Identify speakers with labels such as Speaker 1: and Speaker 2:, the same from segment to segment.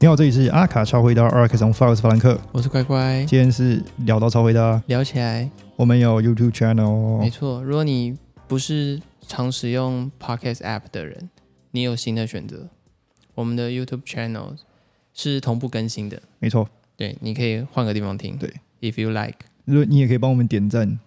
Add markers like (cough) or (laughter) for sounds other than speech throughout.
Speaker 1: 你好，这里是阿卡超回答 a r k 从法国斯法兰克，
Speaker 2: 我是乖乖，
Speaker 1: 今天是聊到超回答，
Speaker 2: 聊起来，
Speaker 1: 我们有 YouTube
Speaker 2: 没
Speaker 1: channel，哦
Speaker 2: 错。如果你不是常使用 Podcast App 的人，你有新的选择。我们的 YouTube channel 是同步更新的，
Speaker 1: 没错，
Speaker 2: 对，你可以换个地方听。
Speaker 1: 对
Speaker 2: ，If you like，
Speaker 1: 如果你也可以帮我们点赞、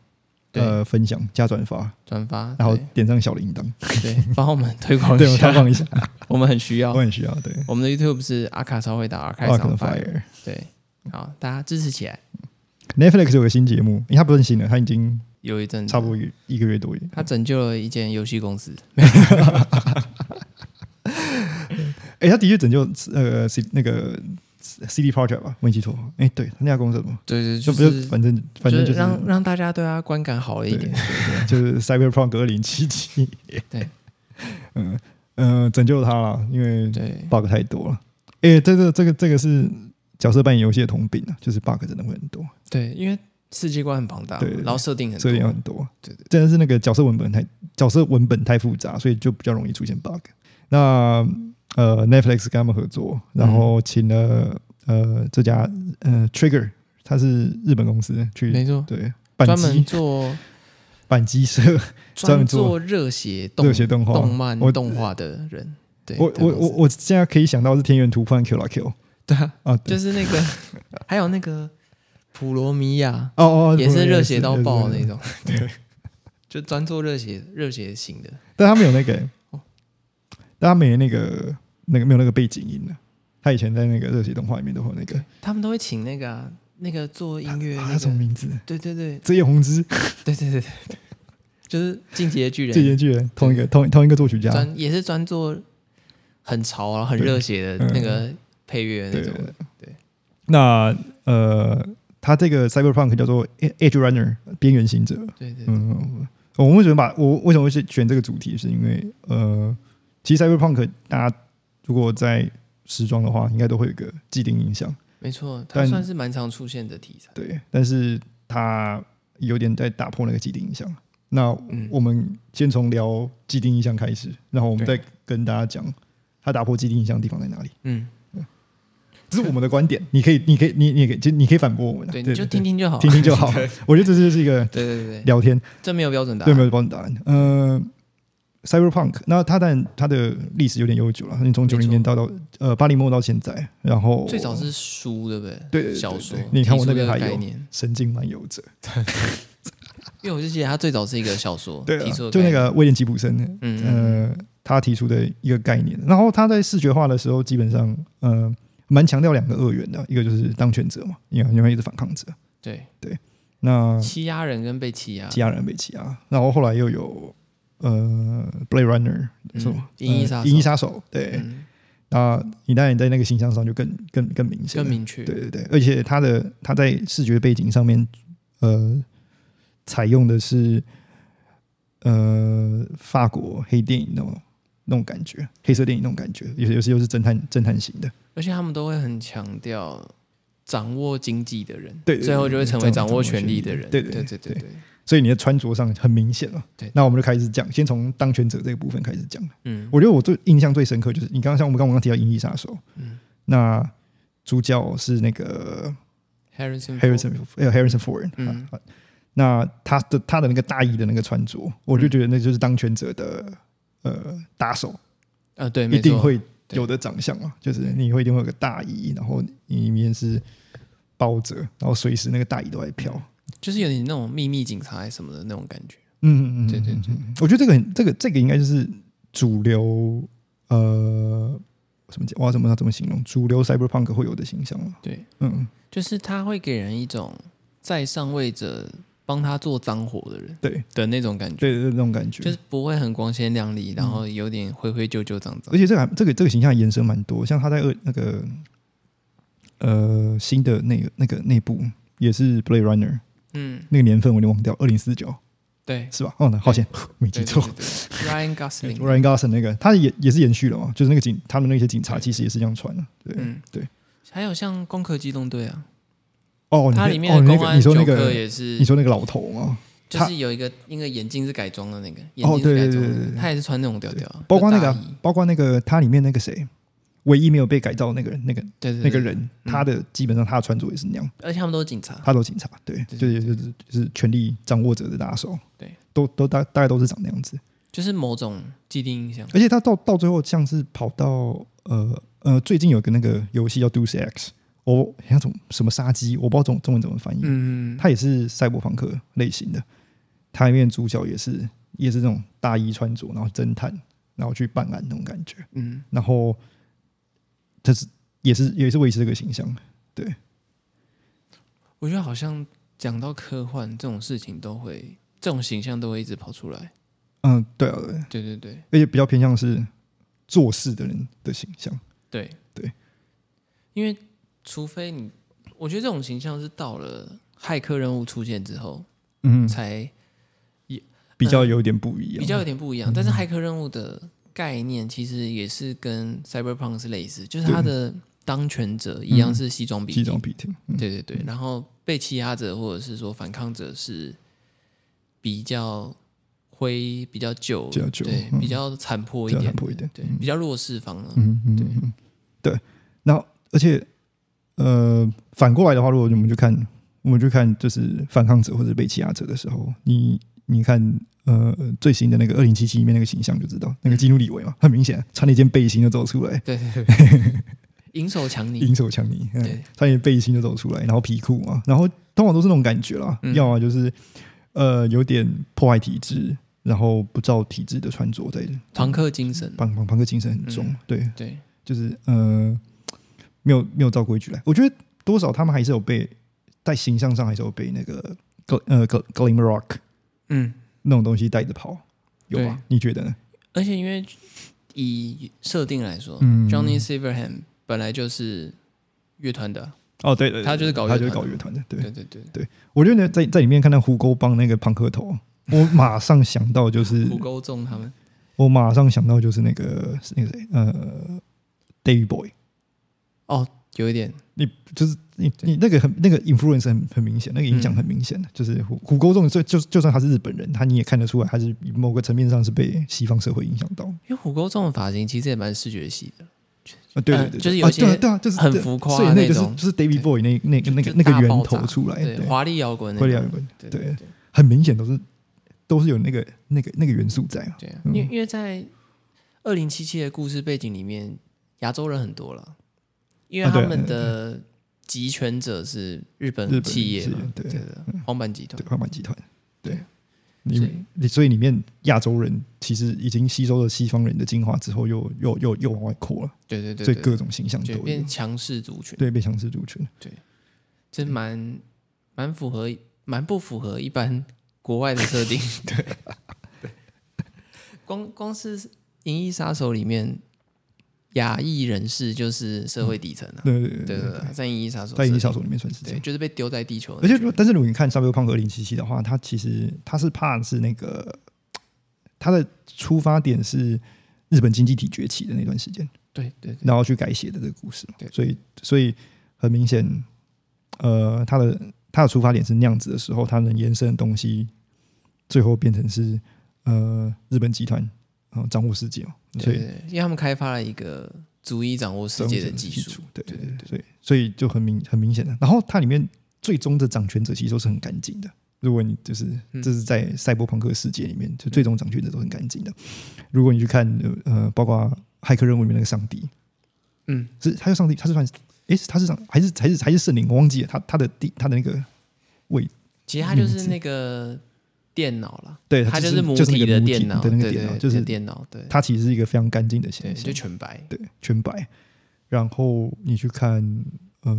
Speaker 2: 对，
Speaker 1: 呃分享、加转发，
Speaker 2: 转发，
Speaker 1: 然后
Speaker 2: 对
Speaker 1: 点上小铃铛， (laughs)
Speaker 2: 对，帮我们推广
Speaker 1: 对，
Speaker 2: 一
Speaker 1: 我
Speaker 2: 下
Speaker 1: 投，放一下，
Speaker 2: (laughs) 我们很需要
Speaker 1: 我。很需要，对
Speaker 2: 我们的 YouTube 是阿卡超会打阿卡
Speaker 1: a r
Speaker 2: 上
Speaker 1: k
Speaker 2: fire，
Speaker 1: Fire。
Speaker 2: 对，好，大家支持起来。
Speaker 1: Netflix 有个新节目，因为它不是很新了，它已经
Speaker 2: 有一阵子
Speaker 1: 差不多一个月多了。
Speaker 2: 他拯救了一间游戏公司，
Speaker 1: 哎，它的确拯救呃 C 那个 CD Project 吧，没记错。哎，对，它那家公司什么？
Speaker 2: 对对，
Speaker 1: 就
Speaker 2: 就
Speaker 1: 不是，
Speaker 2: 是
Speaker 1: 反正反正就是
Speaker 2: 就
Speaker 1: 是
Speaker 2: 让让大家对他观感好了一
Speaker 1: 对
Speaker 2: 点
Speaker 1: 对。对， (laughs) 就是 Cyberpunk 二零七七。
Speaker 2: (laughs) 对，
Speaker 1: 嗯嗯，拯救他了，因为
Speaker 2: 对
Speaker 1: bug 太多了。哎，这个这个这个是角色扮演游戏的通病啊，就是 bug 真的会很多，
Speaker 2: 对，因为世界观很庞大嘛，
Speaker 1: 对对对
Speaker 2: 然后设定很
Speaker 1: 所以有
Speaker 2: 多，
Speaker 1: 很多。
Speaker 2: 对对，
Speaker 1: 真的是那个角色文本太角色文本太复杂，所以就比较容易出现 bug。那呃，Netflix 跟他们合作，然后请了、呃这家呃 Trigger，它是日本公司去
Speaker 2: 没错，
Speaker 1: 对板
Speaker 2: 专门
Speaker 1: 机
Speaker 2: 做
Speaker 1: 板机社 (laughs) 专
Speaker 2: 专
Speaker 1: 门
Speaker 2: 门
Speaker 1: 做
Speaker 2: 做热血动
Speaker 1: 热血动画。
Speaker 2: 动漫
Speaker 1: 我
Speaker 2: 动画的人。对，
Speaker 1: 我
Speaker 2: 的
Speaker 1: 我
Speaker 2: 公
Speaker 1: 我
Speaker 2: 司
Speaker 1: 我现在可以想到是天元突破 Q 啦 Q
Speaker 2: 对啊，
Speaker 1: 啊，对
Speaker 2: 就是那个，还有那个普罗米亚
Speaker 1: 哦哦，
Speaker 2: 也是
Speaker 1: 对
Speaker 2: 热血到爆
Speaker 1: 对
Speaker 2: 那
Speaker 1: 对
Speaker 2: 种，
Speaker 1: 对，
Speaker 2: (laughs) 就专做热血热血型的。
Speaker 1: 但他没有那个、
Speaker 2: (laughs)
Speaker 1: 欸
Speaker 2: 哦，
Speaker 1: 但他没那个那个没有那个背景音了、他以前在那个热血动画里面都会有那个，
Speaker 2: 他们都会请那个啊那个做音乐
Speaker 1: 啊，
Speaker 2: 那
Speaker 1: 他什么
Speaker 2: 个，
Speaker 1: 名字？
Speaker 2: 对对对
Speaker 1: 这叶红之。
Speaker 2: 对对对对，就是进击的巨
Speaker 1: 这
Speaker 2: 人，
Speaker 1: 些巨人同一个同同一个作曲家，
Speaker 2: 专也是专做很潮然后很
Speaker 1: 啊对
Speaker 2: 热血的
Speaker 1: 嗯
Speaker 2: 那个配乐那
Speaker 1: 对
Speaker 2: 种。
Speaker 1: 对
Speaker 2: 对。
Speaker 1: 那呃，他这个 Cyberpunk 叫做 Edge Runner 边缘行者。
Speaker 2: 对对对，
Speaker 1: 嗯，我为什么把我为什么会选这个主题，是因为呃，其实 Cyberpunk 大家如果在时装的话，应该都会有一个既定印象，
Speaker 2: 没错，它
Speaker 1: 但
Speaker 2: 算是蛮常出现的题材。
Speaker 1: 对，但是他有点在打破那个既定印象。那
Speaker 2: 嗯，
Speaker 1: 我们先从聊既定印象开始，然后我们再
Speaker 2: 对
Speaker 1: 跟大家讲他打破既定印象的地方在哪里。
Speaker 2: 嗯，
Speaker 1: 这是我们的观点，你可以，你可以，你你也可以，就你可以反驳我们啊、
Speaker 2: 对，你就听听就好。。
Speaker 1: 听听就好
Speaker 2: 对
Speaker 1: 我觉得这就是一个
Speaker 2: (laughs) 对对对，
Speaker 1: 聊天，
Speaker 2: 这没有标准答
Speaker 1: 对，没
Speaker 2: 案。
Speaker 1: 有帮你答案。呃，Cyberpunk，那它但它的历史有点悠久了，因为从
Speaker 2: 没错
Speaker 1: 九零年到到呃八零末到现在，然后
Speaker 2: 最早是书，对不对？
Speaker 1: 对对对
Speaker 2: 小说
Speaker 1: 对。你看我那
Speaker 2: 提
Speaker 1: 个
Speaker 2: 出这
Speaker 1: 还有
Speaker 2: 概念，
Speaker 1: 神经漫游者，
Speaker 2: 因为我就记得它最早是一个小说，
Speaker 1: 对啊
Speaker 2: 提出的
Speaker 1: 就那
Speaker 2: 概念，
Speaker 1: 个威廉吉普森，
Speaker 2: 嗯嗯，嗯
Speaker 1: 呃，他提出的一个概念。然后他在视觉化的时候，基本上呃蛮强调两个二元的，一个就是当权者嘛，因为因为一直反抗者，
Speaker 2: 对，
Speaker 1: 那
Speaker 2: 欺压人跟被欺压，
Speaker 1: 欺压人被欺压，然后后来又有呃《Blade Runner》
Speaker 2: 嗯
Speaker 1: 是吗？
Speaker 2: 银翼
Speaker 1: 呃
Speaker 2: 杀手
Speaker 1: 银翼杀手，对，
Speaker 2: 嗯，
Speaker 1: 那你当然在那个形象上就更更更明显
Speaker 2: 更
Speaker 1: 了，
Speaker 2: 明确，
Speaker 1: 对对对，而且他的他在视觉背景上面，呃，采用的是呃法国黑电影那种那种感觉，黑色电影那种感觉，有些有些又是侦探侦探型的，
Speaker 2: 而且他们都会很强调掌握经济的人，
Speaker 1: 对对对
Speaker 2: 最后就会成为
Speaker 1: 掌
Speaker 2: 掌
Speaker 1: 握
Speaker 2: 握
Speaker 1: 权
Speaker 2: 权
Speaker 1: 力
Speaker 2: 力的
Speaker 1: 的
Speaker 2: 人，
Speaker 1: 对对
Speaker 2: 对对对对，
Speaker 1: 所以你的穿着上很明显了。
Speaker 2: 对
Speaker 1: 那我们就开始讲，先从当权者这个部分开始讲。
Speaker 2: 嗯，
Speaker 1: 我觉得我最印象最深刻就是你刚刚像我们刚刚提到《银翼杀手》，
Speaker 2: 嗯
Speaker 1: 那主角是那个
Speaker 2: Harrison Ford
Speaker 1: Harrison，呃，Harrison Ford，
Speaker 2: 嗯
Speaker 1: 啊那他的他的那个大衣的那个穿着，我
Speaker 2: 嗯
Speaker 1: 就觉得那就是当权者的呃打手
Speaker 2: 啊，对，
Speaker 1: 一
Speaker 2: 没
Speaker 1: 定
Speaker 2: 错，
Speaker 1: 会有的长相嘛，啊就是你会一定会有个大衣，然后里面是包着，然后随时那个大衣都在飘。
Speaker 2: 就是有点那种秘密警察什么的那种感觉。
Speaker 1: 嗯嗯嗯，
Speaker 2: 对对对
Speaker 1: 嗯，嗯我觉得这个很这个这个应该就是主流呃。怎么讲？哇，怎么怎么形容主流 cyberpunk 会有的形象了？
Speaker 2: 对，
Speaker 1: 嗯，
Speaker 2: 就是他会给人一种在上位者帮他做脏活的人，
Speaker 1: 对
Speaker 2: 的那种感觉，
Speaker 1: 对对，对那种感觉。
Speaker 2: 就是不会很光鲜亮丽，然后有点灰灰旧旧脏脏
Speaker 1: 而。且这个还这个这个形象延伸蛮多，像他在二那个呃新的那个那个内部也是 Blade Runner
Speaker 2: 嗯，
Speaker 1: 那个年份我有点忘掉，二零四九
Speaker 2: 对，
Speaker 1: 是吧？哦，那好险没 (laughs) 记
Speaker 2: 对
Speaker 1: 错。
Speaker 2: 对对对 Ryan Gosling，
Speaker 1: (laughs) Ryan Gosling 那个，他也也是延续了嘛，就是那个警，他们那些警察其实也是这样穿的、对，
Speaker 2: 嗯，
Speaker 1: 对。
Speaker 2: 还有像《攻壳机动队》啊，
Speaker 1: 哦，你
Speaker 2: 它
Speaker 1: 那
Speaker 2: 里面
Speaker 1: 哦
Speaker 2: 的
Speaker 1: 那
Speaker 2: 公
Speaker 1: 个
Speaker 2: 安
Speaker 1: 你说
Speaker 2: 九
Speaker 1: 那
Speaker 2: 课
Speaker 1: 个
Speaker 2: 也是
Speaker 1: 你，说那个老头嘛，
Speaker 2: 就
Speaker 1: 他
Speaker 2: 是有一个那个眼镜是改装的那个，眼
Speaker 1: 哦
Speaker 2: 镜是
Speaker 1: 对
Speaker 2: 改
Speaker 1: 对
Speaker 2: 装
Speaker 1: 对对
Speaker 2: 的，
Speaker 1: 对
Speaker 2: 他也是穿那种吊吊啊，
Speaker 1: 包括
Speaker 2: 就
Speaker 1: 那个
Speaker 2: 大
Speaker 1: 啊
Speaker 2: 衣
Speaker 1: 包括那个他里面那个谁，唯一没有被改造的那个人，那个
Speaker 2: 对对对
Speaker 1: 那个人，他的基本上他的穿着也是那样，
Speaker 2: 而且他们都是警察，
Speaker 1: 他都警察，对，
Speaker 2: 对
Speaker 1: 就是就是就是权力掌握者的打手，
Speaker 2: 对，
Speaker 1: 都都大大概都是长那样子，
Speaker 2: 就是某种既定印象。
Speaker 1: 而且他到到最后像是跑到呃呃，最近有个那个游戏叫 Do X，我好像什么什么杀鸡，我不知道中中文怎么翻译，
Speaker 2: 嗯，
Speaker 1: 它也是赛博朋克类型的，它里面主角也是也是这种大衣穿着，然后侦探，然后去办案那种感觉，
Speaker 2: 嗯，
Speaker 1: 然后他是也是也是维持这个形象，
Speaker 2: 我觉得好像讲到科幻这种事情，都会这种形象都会一直跑出来。
Speaker 1: 嗯，对啊，对，
Speaker 2: 对对对
Speaker 1: 而且比较偏向是做事的人的形象，
Speaker 2: 对
Speaker 1: 对，
Speaker 2: 因为除非你，我觉得这种形象是到了骇客任务出现之后，
Speaker 1: 嗯，
Speaker 2: 才嗯
Speaker 1: 比较有点不一样，啊
Speaker 2: 比较有点不一样。但是骇客任务的概念其实也是跟 Cyberpunk 是类似，就是它的当权者一样是西装笔
Speaker 1: 西
Speaker 2: 挺
Speaker 1: 装，笔挺，嗯，
Speaker 2: 对对对，然后被欺压者或者是说反抗者是比较灰、比较旧、
Speaker 1: 比较旧
Speaker 2: 对，
Speaker 1: 嗯
Speaker 2: 比较残破
Speaker 1: 比
Speaker 2: 一
Speaker 1: 较
Speaker 2: 点，
Speaker 1: 破一点，
Speaker 2: 对，比较弱势方了。
Speaker 1: 嗯嗯
Speaker 2: 对
Speaker 1: 嗯对，然后而且呃，反过来的话，如果我们就看，我们就看就是反抗者或者被欺压者的时候，你你看呃最新的那个二零七七里面那个形象就知道，那
Speaker 2: 嗯
Speaker 1: 个基努里维嘛，很明显穿了一件背心就走出来，
Speaker 2: 对对对，
Speaker 1: (laughs)
Speaker 2: 银手强尼，
Speaker 1: 银手枪泥，嗯
Speaker 2: 对
Speaker 1: 穿一件背心就走出来，然后皮裤嘛，然后通常都是那种感觉啦，
Speaker 2: 嗯
Speaker 1: 要么就是呃有点破坏体制。然后不照体制的穿着，在
Speaker 2: 朋克精神，
Speaker 1: 朋朋朋克精神很重，
Speaker 2: 嗯
Speaker 1: 对，
Speaker 2: 对，
Speaker 1: 就是呃，没有没有照规矩来。我觉得多少他们还是有被在形象上还是有被那个格呃格 glam rock
Speaker 2: 嗯，
Speaker 1: 那种东西带着跑，有吧？你觉得呢？
Speaker 2: 而且因为以设定来说、
Speaker 1: 嗯
Speaker 2: j o h n n y Silverhand 本来就是乐团的啊，
Speaker 1: 哦，对对
Speaker 2: 他就是搞乐
Speaker 1: 他
Speaker 2: 团
Speaker 1: 就是搞乐团的。对，
Speaker 2: 对对对，
Speaker 1: 我觉得在在里面看到胡沟帮那个庞克头，我马上想到就是
Speaker 2: 胡勾中他们，
Speaker 1: 我马上想到就是那个是那个谁呃 David Boy，
Speaker 2: 哦，有一点，
Speaker 1: 你就是你你那个很那个 influence 很很明显，那个影响
Speaker 2: 嗯
Speaker 1: 很明显的，就是虎虎沟中，就就就算他是日本人，他你也看得出来，他是某个层面上是被西方社会影响到。
Speaker 2: 因为胡勾中的发型其实也蛮视觉系的，
Speaker 1: 啊，对对
Speaker 2: 呃
Speaker 1: 对，
Speaker 2: 就是
Speaker 1: 对
Speaker 2: 有
Speaker 1: 啊
Speaker 2: 一些
Speaker 1: 对啊对啊，就是
Speaker 2: 很
Speaker 1: 对
Speaker 2: 浮夸
Speaker 1: 所以那
Speaker 2: 那
Speaker 1: 就是
Speaker 2: 种
Speaker 1: 就是 David Boy 那那个那
Speaker 2: 就
Speaker 1: 个那个
Speaker 2: 大
Speaker 1: 源
Speaker 2: 爆
Speaker 1: 头
Speaker 2: 炸
Speaker 1: 出来，
Speaker 2: 对，
Speaker 1: 哎对，
Speaker 2: 华丽摇滚那
Speaker 1: 华
Speaker 2: 种，
Speaker 1: 丽摇滚
Speaker 2: 对
Speaker 1: 对
Speaker 2: 对。
Speaker 1: 很明显都是都是有那个那个那个元素在啊。
Speaker 2: 对啊，因
Speaker 1: 嗯
Speaker 2: 为因为在二零七七的故事背景里面，亚洲人很多了，因为
Speaker 1: 啊
Speaker 2: 他
Speaker 1: 对啊
Speaker 2: 们的集权者是日
Speaker 1: 日本
Speaker 2: 本企业嘛
Speaker 1: 企业，对嗯
Speaker 2: 的，黄板集团
Speaker 1: 对，，花满集团，对
Speaker 2: 嗯对，
Speaker 1: 你
Speaker 2: 所以
Speaker 1: 你所以里面亚洲人其实已经吸收了西方人的精华之后，又又又又往外扩了，
Speaker 2: 对对对
Speaker 1: 所以
Speaker 2: 对，
Speaker 1: 各种形象都
Speaker 2: 就
Speaker 1: 有
Speaker 2: 变，强势族群，
Speaker 1: 对，被强势族群。
Speaker 2: 这蛮蛮符合，蛮不符合一般国外的
Speaker 1: (laughs)
Speaker 2: 设定，对对，光光是《银翼杀手》里面亚裔人士就是社会底层啊，
Speaker 1: 对对对
Speaker 2: 对
Speaker 1: 对
Speaker 2: 对对，在《银翼杀手》
Speaker 1: 在《银翼杀
Speaker 2: 设
Speaker 1: 手》里面算是
Speaker 2: 定
Speaker 1: 这
Speaker 2: 对，
Speaker 1: 样。
Speaker 2: 就是被丢在地球的
Speaker 1: 而
Speaker 2: 那
Speaker 1: 且
Speaker 2: 种
Speaker 1: 如
Speaker 2: 人，
Speaker 1: 果，但是如果你看《沙 u 胖》二零七七的话，他其实他是怕是那个他的出发点是日本经济体崛起的那段时间，
Speaker 2: 对对对。
Speaker 1: 然后去改写的这个故事嘛
Speaker 2: 对
Speaker 1: 所以所以很明显，呃，他的他的出发点是那样子的时候，他能延伸的东西，最后变成是呃日本集团啊、呃、掌握世界哦，所
Speaker 2: 对
Speaker 1: 以
Speaker 2: 对，对因为他们开发了一个足以掌握世界的技术，，
Speaker 1: 对
Speaker 2: 对
Speaker 1: 对
Speaker 2: 对
Speaker 1: 对，所以所以就很明很明显的。然后它里面最终的掌权者其实都是很干净的。如果你就是
Speaker 2: 嗯
Speaker 1: 这是在赛博朋克世界里面，就最终掌权者都很干净的。如果你去看呃呃，包括骇客任务里面那个上帝，
Speaker 2: 嗯，
Speaker 1: 是他是上帝，他是算诶，是他是上还是还是还是圣灵，我忘记了他他的地他的那个
Speaker 2: 其实它就是那个电脑啦，
Speaker 1: 嗯对，
Speaker 2: 它
Speaker 1: 就是
Speaker 2: 母
Speaker 1: 就是那
Speaker 2: 体
Speaker 1: 个
Speaker 2: 的
Speaker 1: 母
Speaker 2: 电脑，
Speaker 1: 的
Speaker 2: 对
Speaker 1: 那个
Speaker 2: 对，
Speaker 1: 电脑，
Speaker 2: 对
Speaker 1: 就是
Speaker 2: 电脑，对
Speaker 1: 它其实是一个非常干净的
Speaker 2: 对，
Speaker 1: 形象
Speaker 2: 就，全白，
Speaker 1: 对，全白。然后你去看呃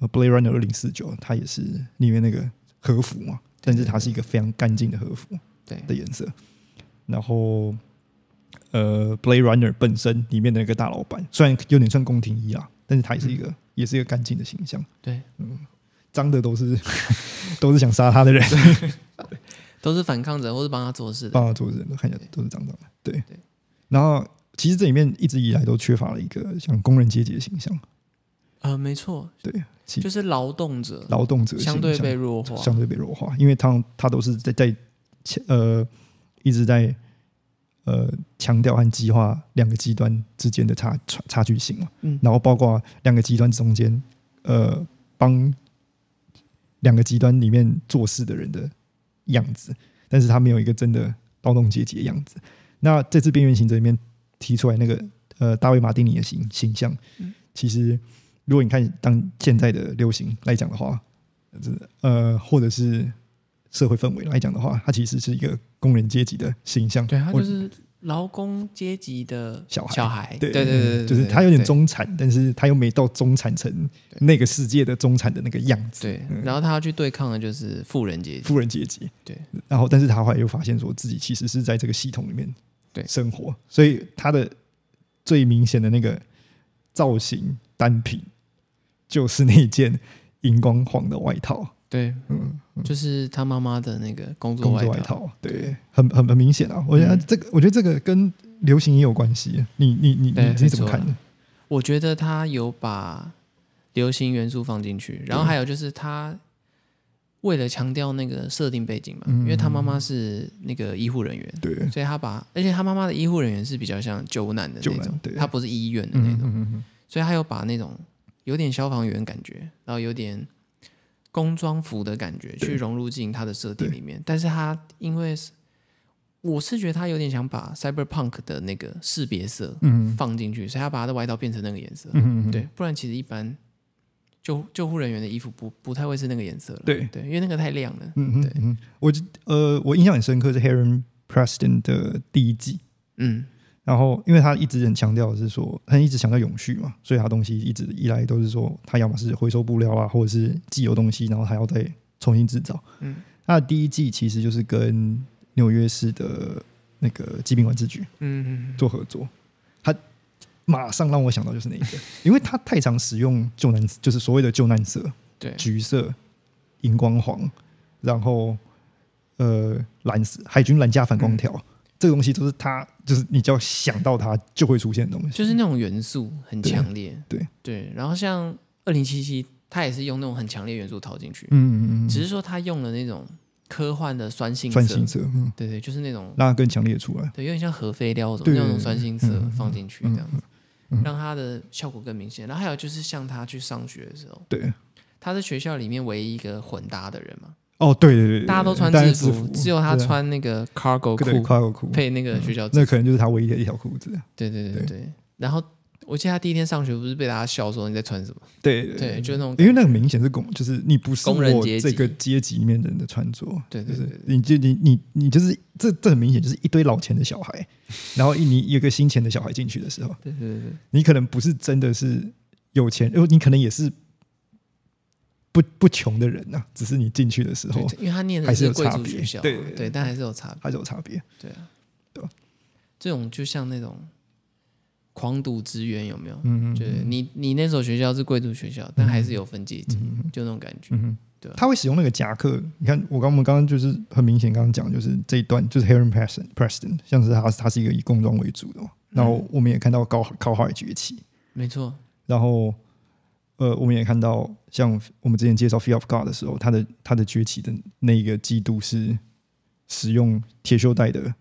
Speaker 1: 呃《Blade Runner 二零四九》，它也是里面那个和服嘛，但是它是一个非常干净的和服
Speaker 2: 对
Speaker 1: 的颜色。然后呃，《Blade Runner》本身里面的那个大老板，虽然有点算宫廷衣啊，但是它也是一个、也是一个干净的形象。
Speaker 2: 嗯对，
Speaker 1: 嗯，脏的都是 (laughs) 都是想杀他的人，
Speaker 2: 都是反抗者或是帮他做事的，
Speaker 1: (laughs) 帮他做人都看起来都是脏脏的。对，
Speaker 2: 对
Speaker 1: 然后。其实这里面一直以来都缺乏了一个像工人阶级的形象，
Speaker 2: 呃，没错，
Speaker 1: 对，其
Speaker 2: 就是劳动者
Speaker 1: 劳动者
Speaker 2: 相
Speaker 1: 形
Speaker 2: 对
Speaker 1: 象
Speaker 2: 被弱化，
Speaker 1: 相对被弱化，因为他他都是在在前呃一直在呃强调和激化两个极端之间的差差差距性嘛，
Speaker 2: 嗯
Speaker 1: 然后包括两个极端中间，呃，帮两个极端里面做事的人的样子，但是他没有一个真的劳动阶级的样子。那这次《边缘行者》里面提出来那个呃大卫马丁尼的形形象，
Speaker 2: 嗯
Speaker 1: 其实如果你看当现在的流行来讲的话，呃，或者是社会氛围来讲的话，它其实是一个工人阶级的形象，
Speaker 2: 对他
Speaker 1: 或
Speaker 2: 就
Speaker 1: 者
Speaker 2: 是劳工阶级的
Speaker 1: 小孩
Speaker 2: 小孩，
Speaker 1: 对嗯
Speaker 2: 对对对，
Speaker 1: 就是
Speaker 2: 他
Speaker 1: 他有点，中产，但是他又没到中产层
Speaker 2: 对
Speaker 1: 那个世界的中产的那个样子，
Speaker 2: 对，
Speaker 1: 嗯
Speaker 2: 然后他要去对抗的就是富人阶级，
Speaker 1: 富人阶级。
Speaker 2: 对，
Speaker 1: 然后但是他后来又发现说自己其实是在这个系统里面
Speaker 2: 对
Speaker 1: 生活，所以他的最明显的那个造型单品就是那件荧光黄的外套，
Speaker 2: 对，
Speaker 1: 嗯，
Speaker 2: 就是他妈妈的那个工作
Speaker 1: 工
Speaker 2: 外
Speaker 1: 作外
Speaker 2: 套，
Speaker 1: 套，对，很很很明显啊。我觉得
Speaker 2: 嗯
Speaker 1: 这个，我觉得这个跟流行也有关系。你你你
Speaker 2: 对
Speaker 1: 你你怎么
Speaker 2: 没错
Speaker 1: 看呢？
Speaker 2: 我觉得他有把流行元素放进去，然后还有就是他为了强调那个设定背景嘛，
Speaker 1: 嗯
Speaker 2: 因为他妈妈是那个医护人员，
Speaker 1: 对，
Speaker 2: 所以他把，而且他妈妈的医护人员是比较像救难的
Speaker 1: 救
Speaker 2: 那
Speaker 1: 难
Speaker 2: 种
Speaker 1: 对，
Speaker 2: 他不是医院的那
Speaker 1: 嗯
Speaker 2: 种，
Speaker 1: 嗯嗯，
Speaker 2: 所以他有把那种有点消防员感觉，然后有点工装服的感觉
Speaker 1: 对
Speaker 2: 去融入进他的设定
Speaker 1: 对
Speaker 2: 里面，但是他因为是我是觉得他有点想把 cyberpunk 的那个识别色
Speaker 1: 嗯
Speaker 2: 放进去，所以他把他的外套变成那个颜色，
Speaker 1: 嗯嗯，
Speaker 2: 对，不然其实一般救救护人员的衣服不不太会是那个颜色了，
Speaker 1: 对
Speaker 2: 对，因为那个太亮了，
Speaker 1: 嗯嗯
Speaker 2: 对
Speaker 1: 嗯，我记呃，我印象很深刻是 Heron Preston 的第一季，
Speaker 2: 嗯，
Speaker 1: 然后因为他一直很强调的是说，他一直强调永续嘛，所以他东西一直以来都是说，他要么是回收布料啊，或者是既有东西，然后他要再重新制造。
Speaker 2: 嗯，
Speaker 1: 他的第一季其实就是跟纽约市的那个疾病管制局，
Speaker 2: 嗯嗯
Speaker 1: 做合作，他马上让我想到就是那一个，因为他太常使用救难，就是所谓的救难色，
Speaker 2: 对
Speaker 1: 橘色、荧光黄，然后呃蓝色海军蓝加反
Speaker 2: 嗯
Speaker 1: 光条，这个东西都是他，就是你只要想到它就会出现的东西，
Speaker 2: 就是那种元素很
Speaker 1: 对
Speaker 2: 强烈，
Speaker 1: 对
Speaker 2: 对。然后像二零七七，它也是用那种很强烈元素套进去，
Speaker 1: 嗯嗯嗯
Speaker 2: 只是说它用了那种科幻的酸性
Speaker 1: 嗯，
Speaker 2: 色，
Speaker 1: 酸性色，嗯，
Speaker 2: 对对，就是那种
Speaker 1: 让它更强烈地出来，
Speaker 2: 对，有点像核废料什么
Speaker 1: 对
Speaker 2: 那种酸性色
Speaker 1: 嗯嗯
Speaker 2: 放进去这样子，
Speaker 1: 嗯嗯
Speaker 2: 让它的效果更明显。然后还有就是像他去上学的时候，
Speaker 1: 对，
Speaker 2: 他是学校里面唯一一个混搭的人嘛，
Speaker 1: 哦对对对对，
Speaker 2: 大家都穿
Speaker 1: 对
Speaker 2: 制服，只有他
Speaker 1: 对啊
Speaker 2: 穿那个 cargo
Speaker 1: 对啊
Speaker 2: 裤
Speaker 1: 夸我裤，
Speaker 2: 配那个学校制
Speaker 1: 那可能就是他唯一的一条裤子，
Speaker 2: 对对对
Speaker 1: 对
Speaker 2: 对。然后我记得他第一天上学不是被大家笑说你在穿什么？
Speaker 1: 对对
Speaker 2: 对，就那种
Speaker 1: 因为那个明显是工，就是你不是
Speaker 2: 工人
Speaker 1: 我
Speaker 2: 阶级
Speaker 1: 这个阶级里面的人的穿着，
Speaker 2: 对
Speaker 1: 就
Speaker 2: 对
Speaker 1: 是
Speaker 2: 对
Speaker 1: 你就你你你就是这这很明显就是一堆老钱的小孩，然后一你有个新钱的小孩进去的时候，
Speaker 2: 对对对对
Speaker 1: 你可能不是真的是有钱，呃你可能也是不不穷的人呐、啊，只是你进去的时候
Speaker 2: 对，因为他念的
Speaker 1: 还是有
Speaker 2: 贵
Speaker 1: 差
Speaker 2: 族
Speaker 1: 别
Speaker 2: 学校，
Speaker 1: 对对对
Speaker 2: 对，但还是有差别。
Speaker 1: 还是有差别。
Speaker 2: 对啊，
Speaker 1: 对吧
Speaker 2: 这种就像那种狂赌之渊有没有？
Speaker 1: 嗯嗯，
Speaker 2: 就是
Speaker 1: 嗯
Speaker 2: 你你那所学校是贵族学校，但还是有分阶级，
Speaker 1: 嗯
Speaker 2: 就那种感觉。
Speaker 1: 嗯哼
Speaker 2: 对啊
Speaker 1: 他会使用那个夹克。你看，我刚我们刚刚就是很明显，刚刚讲就是这一段就是 Heron Preston Preston，像是他他是一个以工装为主的嘛。然
Speaker 2: 嗯
Speaker 1: 后我们也看到高高海崛起，
Speaker 2: 没错，
Speaker 1: 然后呃，我们也看到像我们之前介绍 Fear of God 的时候，它的它的崛起的那个季度是使用铁锈带的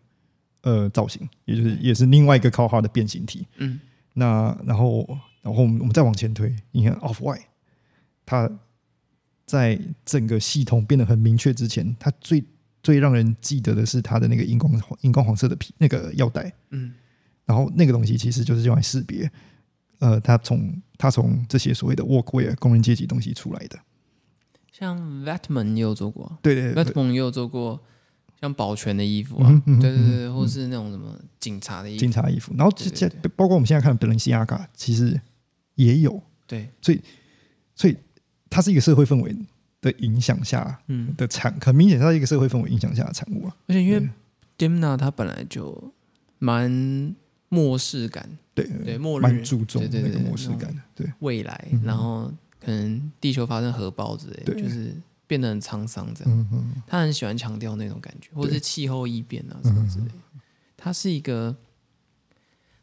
Speaker 1: 呃造型，也就是也是另外一个 Carhartt 的变形体。
Speaker 2: 嗯，
Speaker 1: 那然后然后我们我们再往前推，你看 Off White，它在整个系统变得很明确之前，它最最让人记得的是它的那个荧光荧光黄色的皮那个腰带，
Speaker 2: 嗯，
Speaker 1: 然后那个东西其实就是用来识别，呃，它从它从这些所谓的 workwear 工人阶级东西出来的，
Speaker 2: 像 Vatman 也有做过啊
Speaker 1: 对对对对，
Speaker 2: ，Vatman 也有做过像保全的衣服
Speaker 1: 嗯
Speaker 2: 啊，
Speaker 1: 嗯
Speaker 2: 对
Speaker 1: 嗯
Speaker 2: 对对对，或是那种什么警察的衣
Speaker 1: 警
Speaker 2: 服，
Speaker 1: 察衣服，然后这
Speaker 2: 对
Speaker 1: 这
Speaker 2: 对
Speaker 1: 包括我们现在看的 Balenciaga，其实也有，
Speaker 2: 对，
Speaker 1: 所以它是一个社会氛围的影响下
Speaker 2: 嗯，
Speaker 1: 的产，很明显它是一个社会氛围影响下的产物啊。
Speaker 2: 而且因为
Speaker 1: 对
Speaker 2: Dimna 他本来就蛮末世感，
Speaker 1: 对
Speaker 2: 对，末日
Speaker 1: 蛮注重
Speaker 2: 对对
Speaker 1: 那
Speaker 2: 对
Speaker 1: 个
Speaker 2: 对
Speaker 1: 模式
Speaker 2: 那种
Speaker 1: 感的，对
Speaker 2: 未来，
Speaker 1: 嗯
Speaker 2: 然后可能地球发生核爆之类，
Speaker 1: 对
Speaker 2: 就是变得很沧桑这样。
Speaker 1: 嗯嗯，
Speaker 2: 他很喜欢强调那种感觉，或者
Speaker 1: 对嗯
Speaker 2: 是气候异变啊什么之类的。他是一个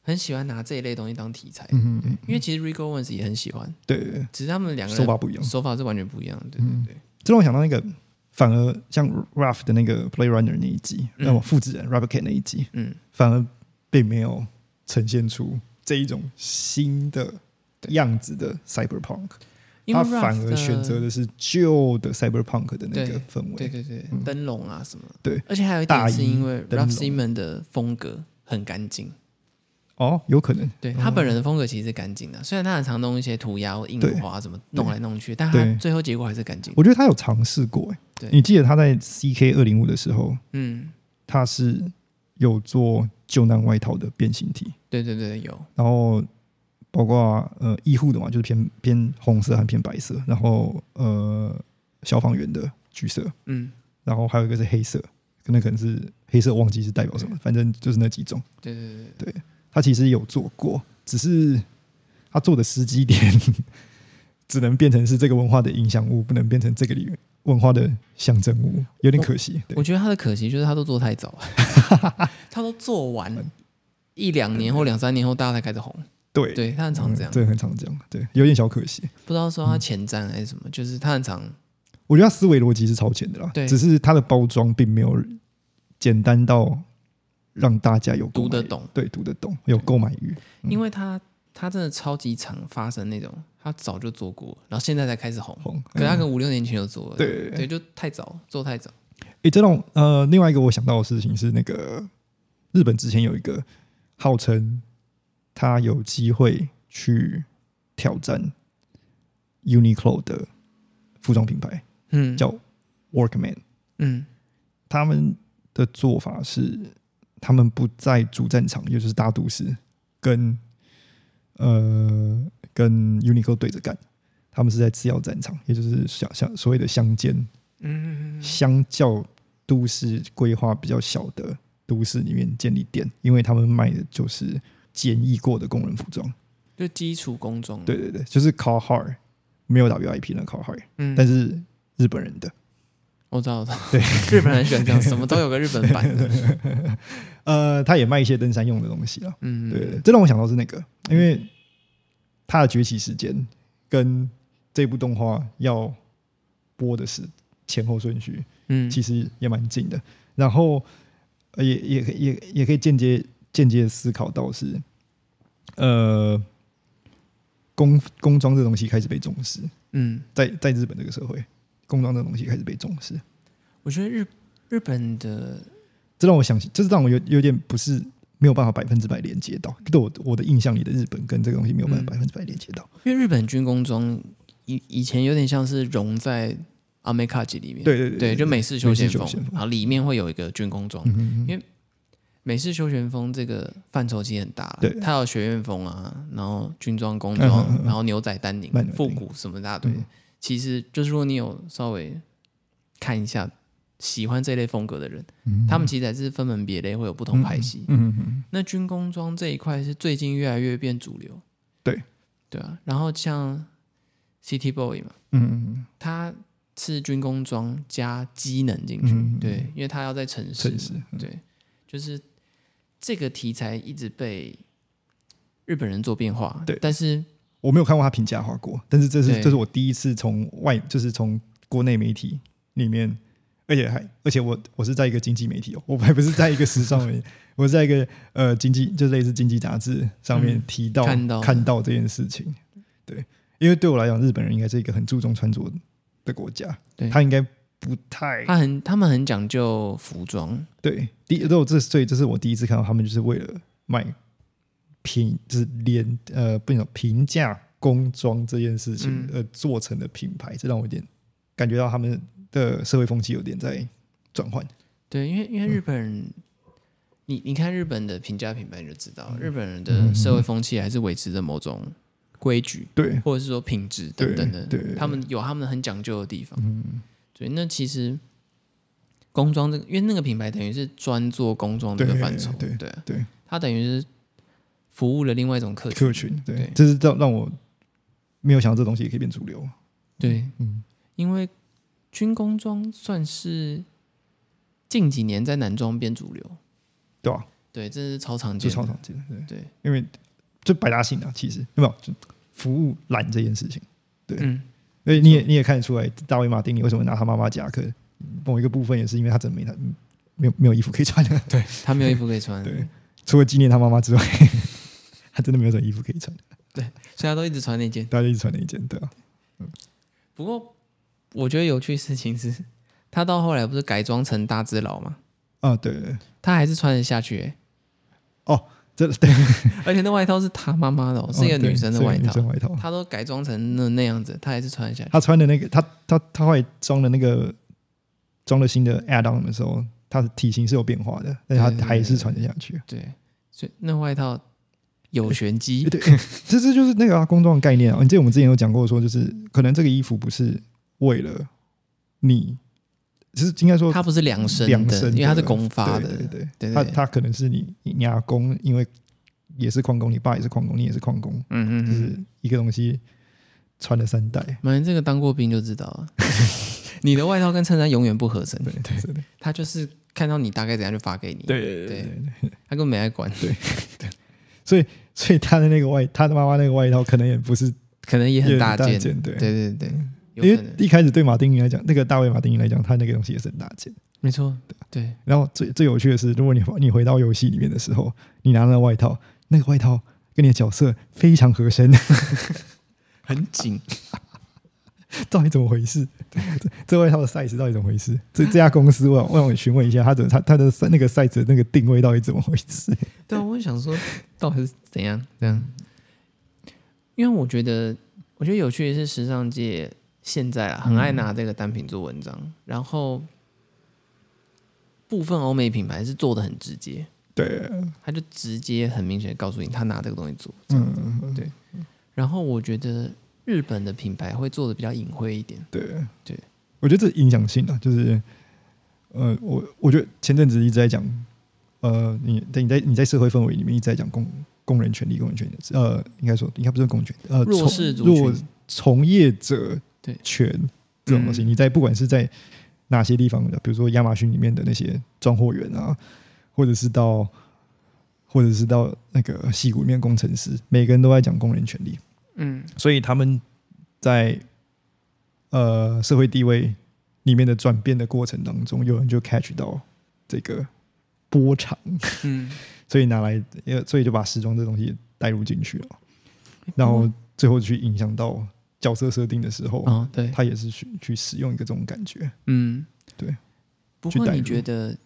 Speaker 2: 很喜欢拿这一类东西当题材，
Speaker 1: 嗯嗯，
Speaker 2: 因为其实 Rico Owens 也很喜欢，
Speaker 1: 对对，
Speaker 2: 只是他们两个
Speaker 1: 手
Speaker 2: 人
Speaker 1: 法不一样。
Speaker 2: 手法是完全不一样的。对对对，
Speaker 1: 这让我想到那个反而像 Ralph 的那个 Play Runner 那一集，
Speaker 2: 嗯
Speaker 1: 那我复制人 r a b b i t Cat 那一集，
Speaker 2: 嗯，
Speaker 1: 反而并没有呈现出这一种新的
Speaker 2: 对
Speaker 1: 样子的 Cyberpunk，
Speaker 2: 因为
Speaker 1: 他
Speaker 2: Ralph
Speaker 1: 反而
Speaker 2: 的
Speaker 1: 选择的是旧的 Cyberpunk 的那个
Speaker 2: 对
Speaker 1: 氛
Speaker 2: 对
Speaker 1: 围。
Speaker 2: 对对
Speaker 1: 嗯
Speaker 2: 灯笼啊什么的，
Speaker 1: 对
Speaker 2: 而且还有一
Speaker 1: 大
Speaker 2: 点
Speaker 1: 衣
Speaker 2: 是因为
Speaker 1: 灯
Speaker 2: Ralph
Speaker 1: 笼
Speaker 2: Simon 的风格很干净，
Speaker 1: 哦，有可能，
Speaker 2: 对
Speaker 1: 哦
Speaker 2: 他本人的风格其实是干净的，虽然他很常弄一些涂鸦、印
Speaker 1: 对
Speaker 2: 花什么弄来弄去，但
Speaker 1: 对
Speaker 2: 他最后结果还是干净。
Speaker 1: 我觉得他有尝试过、欸。
Speaker 2: 对
Speaker 1: 你记得他在 CK 二零五的时候，
Speaker 2: 嗯，
Speaker 1: 他是有做救难外套的变形体，
Speaker 2: 对对对，有
Speaker 1: 然后包括呃医护的嘛，就是偏偏红色和偏白色，然后呃消防员的橘色，
Speaker 2: 嗯，
Speaker 1: 然后还有一个是黑色，可能可能是黑色，我忘记是代表什么，反正就是那几种。
Speaker 2: 对对对对，
Speaker 1: 他其实有做过，只是他做的时机点 (laughs) 只能变成是这个文化的影响物，不能变成这个里文化的象征物，有点可惜。对
Speaker 2: 我，觉得他的可惜就是他都做太早， (laughs) 他都做完一两年后、两三年后，大家才开始红。
Speaker 1: 对，
Speaker 2: 对他很常这样
Speaker 1: 嗯，这个很常这样，对，有点小可惜。
Speaker 2: 不知道说他前瞻还是什么，就是他很常
Speaker 1: 我觉得他思维逻辑是超前的啦，
Speaker 2: 对
Speaker 1: 只是他的包装并没有简单到让大家有购买
Speaker 2: 读得懂，
Speaker 1: 对，读得懂，有购买欲。嗯
Speaker 2: 因为他他真的超级常发生那种，他早就做过，然后现在才开始红，
Speaker 1: 红，
Speaker 2: 可是他
Speaker 1: 嗯
Speaker 2: 跟五六年前就做了，
Speaker 1: 对
Speaker 2: 对，就太早做太早，
Speaker 1: 诶，这种呃，另外一个我想到的事情是，那个日本之前有一个号称他有机会去挑战 Uniqlo 的服装品牌
Speaker 2: 嗯，
Speaker 1: 叫 Workman，
Speaker 2: 嗯
Speaker 1: 他们的做法是，他们不在主战场，也就是大都市，跟呃跟 Uniqlo 对着干，他们是在次要战场，也就是想想所谓的乡间
Speaker 2: 嗯
Speaker 1: 相较都市规划比较小的都市里面建立店，因为他们卖的就是简易过的工人服装。
Speaker 2: 就基础工种，
Speaker 1: 对，对对，就是 Call Hard，没有 WIP 的 Call Hard，
Speaker 2: 嗯，
Speaker 1: 但是日本人的。
Speaker 2: 我知道，我知道， (laughs) 日本人很喜欢这样，什么都有个日本版的，
Speaker 1: (laughs) 呃，他也卖一些登山用的东西了。
Speaker 2: 嗯，
Speaker 1: 对对，对这让我想到是那个，因为他的崛起时间跟这部动画要播的是前后顺序，
Speaker 2: 嗯，
Speaker 1: 其实也蛮近的。然后呃也也也也可以间接间接思考到是，呃，工工装这东西开始被重视，
Speaker 2: 嗯，
Speaker 1: 在在日本这个社会，工装这东西开始被重视，
Speaker 2: 我觉得日日本的
Speaker 1: 这让我想起，这是让我有有点不是。没有办法百分之百连接到，对我我的印象里的日本跟这个东西没有办
Speaker 2: 嗯
Speaker 1: 法百分之百连接到。
Speaker 2: 因为日本军工装以以前有点像是融在阿美卡吉里面，
Speaker 1: 对对对
Speaker 2: 对，就美式休闲
Speaker 1: 美
Speaker 2: 风
Speaker 1: 式休闲，风
Speaker 2: 然后里面会有一个军工装。
Speaker 1: 嗯嗯嗯
Speaker 2: 美式休闲风这个范畴其实很大啦，
Speaker 1: 对
Speaker 2: 它有学院风啊，然后军装、工
Speaker 1: 嗯
Speaker 2: 装，
Speaker 1: 嗯嗯嗯
Speaker 2: 然后牛仔丹宁
Speaker 1: 慢牛、
Speaker 2: 复古什么一大堆。
Speaker 1: 嗯
Speaker 2: 其实就是如果你有稍微看一下喜欢这类风格的人，
Speaker 1: 嗯
Speaker 2: 他们其实还是分门别类，会有不同派系。
Speaker 1: 嗯嗯嗯
Speaker 2: 那军工装这一块是最近越来越变主流，
Speaker 1: 对
Speaker 2: 对啊。然后像 City Boy 嘛，
Speaker 1: 嗯嗯嗯，
Speaker 2: 它是军工装加机能进去，
Speaker 1: 嗯嗯嗯嗯
Speaker 2: 对，因为它要在城市嘛，
Speaker 1: 确实，
Speaker 2: 对，就是这个题材一直被日本人做变化，
Speaker 1: 对
Speaker 2: 但是
Speaker 1: 我没有看过他评价化过，但是这是
Speaker 2: 对
Speaker 1: 这是我第一次从外，就是从国内媒体里面，而且还而且我我是在一个经济媒体哦，我还不是在一个时尚
Speaker 2: (laughs)
Speaker 1: 媒体，我是在一个呃经济，就类似经济杂志上面
Speaker 2: 嗯
Speaker 1: 提到、
Speaker 2: 看到
Speaker 1: 这件事情。对，因为对我来讲，日本人应该是一个很注重穿着的国家
Speaker 2: 对，
Speaker 1: 他应该不太
Speaker 2: 他很他们很讲究服装，
Speaker 1: 对，第一，我这所以这是我第一次看到他们就是为了卖平，就是廉呃不能平价工装这件事情
Speaker 2: 嗯
Speaker 1: 而做成的品牌，这让我有点感觉到他们的社会风气有点在转换。
Speaker 2: 对，因为因为日本人，你你看日本的平价品牌你就知
Speaker 1: 嗯
Speaker 2: 道，日本人的社会风气还是维持着某种规矩，
Speaker 1: 对，
Speaker 2: 或者是说品质
Speaker 1: 对
Speaker 2: 等等的，
Speaker 1: 对嗯
Speaker 2: 他们有他们很讲究的地方。对，那其实工装这个，因为那个品牌等于是专做工装这个
Speaker 1: 对
Speaker 2: 范畴，
Speaker 1: 对
Speaker 2: 对啊
Speaker 1: 对，
Speaker 2: 它等于是服务了另外一种客群，
Speaker 1: 客群，对，
Speaker 2: 对
Speaker 1: 这是让让我没有想到这东西也可以变主流。
Speaker 2: 对，
Speaker 1: 嗯，
Speaker 2: 因为军工装算是近几年在男装变主流，
Speaker 1: 对吧？
Speaker 2: 对，这是超常
Speaker 1: 就
Speaker 2: 见
Speaker 1: 超
Speaker 2: 的，
Speaker 1: 常见的，对，
Speaker 2: 对，
Speaker 1: 因为就百搭性啊，其实有没有就服务懒这件事情。对
Speaker 2: 嗯，
Speaker 1: 所以你也你也看得出来，大卫马丁尼为什么拿他妈妈夹克某一个部分也是因为他真的没他没有没有衣服可以穿了，
Speaker 2: 他没有衣服可以
Speaker 1: (laughs)
Speaker 2: 穿，
Speaker 1: 对 (laughs) 除了纪念他妈妈之外，他真的没有什么衣服可以穿，
Speaker 2: 所以他都一直穿那件。
Speaker 1: 大家一直穿那一件，对啊，
Speaker 2: 不过我觉得有趣的事情是，他到后来不是改装成大只佬吗？
Speaker 1: 啊，对对对，
Speaker 2: 他还是穿得下去、欸，
Speaker 1: 这对
Speaker 2: 而且那外套是他妈妈的、哦，哦是一个
Speaker 1: 哦对
Speaker 2: 女生的
Speaker 1: 是一个
Speaker 2: 外
Speaker 1: 女
Speaker 2: 套，
Speaker 1: 生外套，
Speaker 2: 他都改装成那那样子，他还是穿得下去。
Speaker 1: 他穿的那个，他他他后来装了那个装了新的 add on 的时候，他的体型是有变化的，但
Speaker 2: 对
Speaker 1: 是
Speaker 2: 对
Speaker 1: 他还是穿得下去。
Speaker 2: 对，所以那外套有玄机，
Speaker 1: 哎对，这这就是那个、啊、工装的概念啊。你记得我们之前有讲过，说就是可能这个衣服不是为了你，就是应该说
Speaker 2: 它不是量身
Speaker 1: 量
Speaker 2: 的，
Speaker 1: 身的
Speaker 2: 因为它是公发的，
Speaker 1: 对对对
Speaker 2: 对
Speaker 1: 对，
Speaker 2: 对
Speaker 1: 他他可能是你你阿公，因为也是矿工，你爸也是矿工，你也是矿工，
Speaker 2: 嗯嗯
Speaker 1: 就
Speaker 2: 嗯。
Speaker 1: 是一个东西穿了三代。
Speaker 2: 马云这个当过兵就知道
Speaker 1: (laughs)
Speaker 2: 了，你的外套跟衬衫永远不合身，
Speaker 1: 对对对对
Speaker 2: 他就是看到你大概怎样就发给你，
Speaker 1: 对
Speaker 2: 对他根本没爱管，
Speaker 1: 所以他的那个外，他的妈妈那个外套可能也不是
Speaker 2: 可能也很大
Speaker 1: 件，
Speaker 2: 件，
Speaker 1: 对。
Speaker 2: 对对对，有
Speaker 1: 因
Speaker 2: 可
Speaker 1: 为
Speaker 2: 能，
Speaker 1: 一开始对马丁尼来讲，那个大卫马丁尼来讲，他那个东西也是很大件。
Speaker 2: 没错，对，
Speaker 1: 然后最最有趣的是，如果你你回到游戏里面的时候，你拿那个外套，那个外套跟你的角色非常合身，
Speaker 2: 很紧，
Speaker 1: (laughs) 到底怎么回事？ (laughs) 这这外套的 size 到底怎么回事？这这家公司我想我想询问一下，他的他他的那个 size 的那个定位到底怎么回事？
Speaker 2: (laughs) 对啊，我也
Speaker 1: (laughs)
Speaker 2: 想说到底是怎样这样，因为我觉得，我觉得有趣的是时尚界现在啊，很
Speaker 1: 嗯
Speaker 2: 爱拿这个单品做文章，然后部分欧美品牌是做的很直接，
Speaker 1: 对，
Speaker 2: 他就直接很明显地告诉你，他拿这个东西做。
Speaker 1: 嗯，
Speaker 2: 然后我觉得日本的品牌会做的比较隐晦一点，
Speaker 1: 对
Speaker 2: 对，
Speaker 1: 我觉得这影响性啊，就是呃，我我觉得前阵子一直在讲，呃，你在你在你在社会氛围里面一直在讲工工人权利、工人权利，呃，应该说应该不是工人权利，呃，
Speaker 2: 弱
Speaker 1: 从
Speaker 2: 势族
Speaker 1: 弱
Speaker 2: 群
Speaker 1: 从业者
Speaker 2: 对
Speaker 1: 权这种东西，
Speaker 2: 嗯
Speaker 1: 你在不管是在哪些地方，比如说亚马逊里面的那些装货员啊，或者是到或者是到那个戏骨里面的工程师，每个人都在讲工人权利，
Speaker 2: 嗯，
Speaker 1: 所以他们在呃社会地位里面的转变的过程当中，有人就 catch 到这个波长，
Speaker 2: 嗯，
Speaker 1: (laughs) 所以拿来，呃所以就把时装这东西带入进去了，然后最后去影响到角色设定的时候，
Speaker 2: 哦，对，
Speaker 1: 他也是去去使用一个这种感觉，
Speaker 2: 嗯，
Speaker 1: 对。
Speaker 2: 不
Speaker 1: 去
Speaker 2: 过
Speaker 1: 带
Speaker 2: 你
Speaker 1: 入
Speaker 2: 觉得，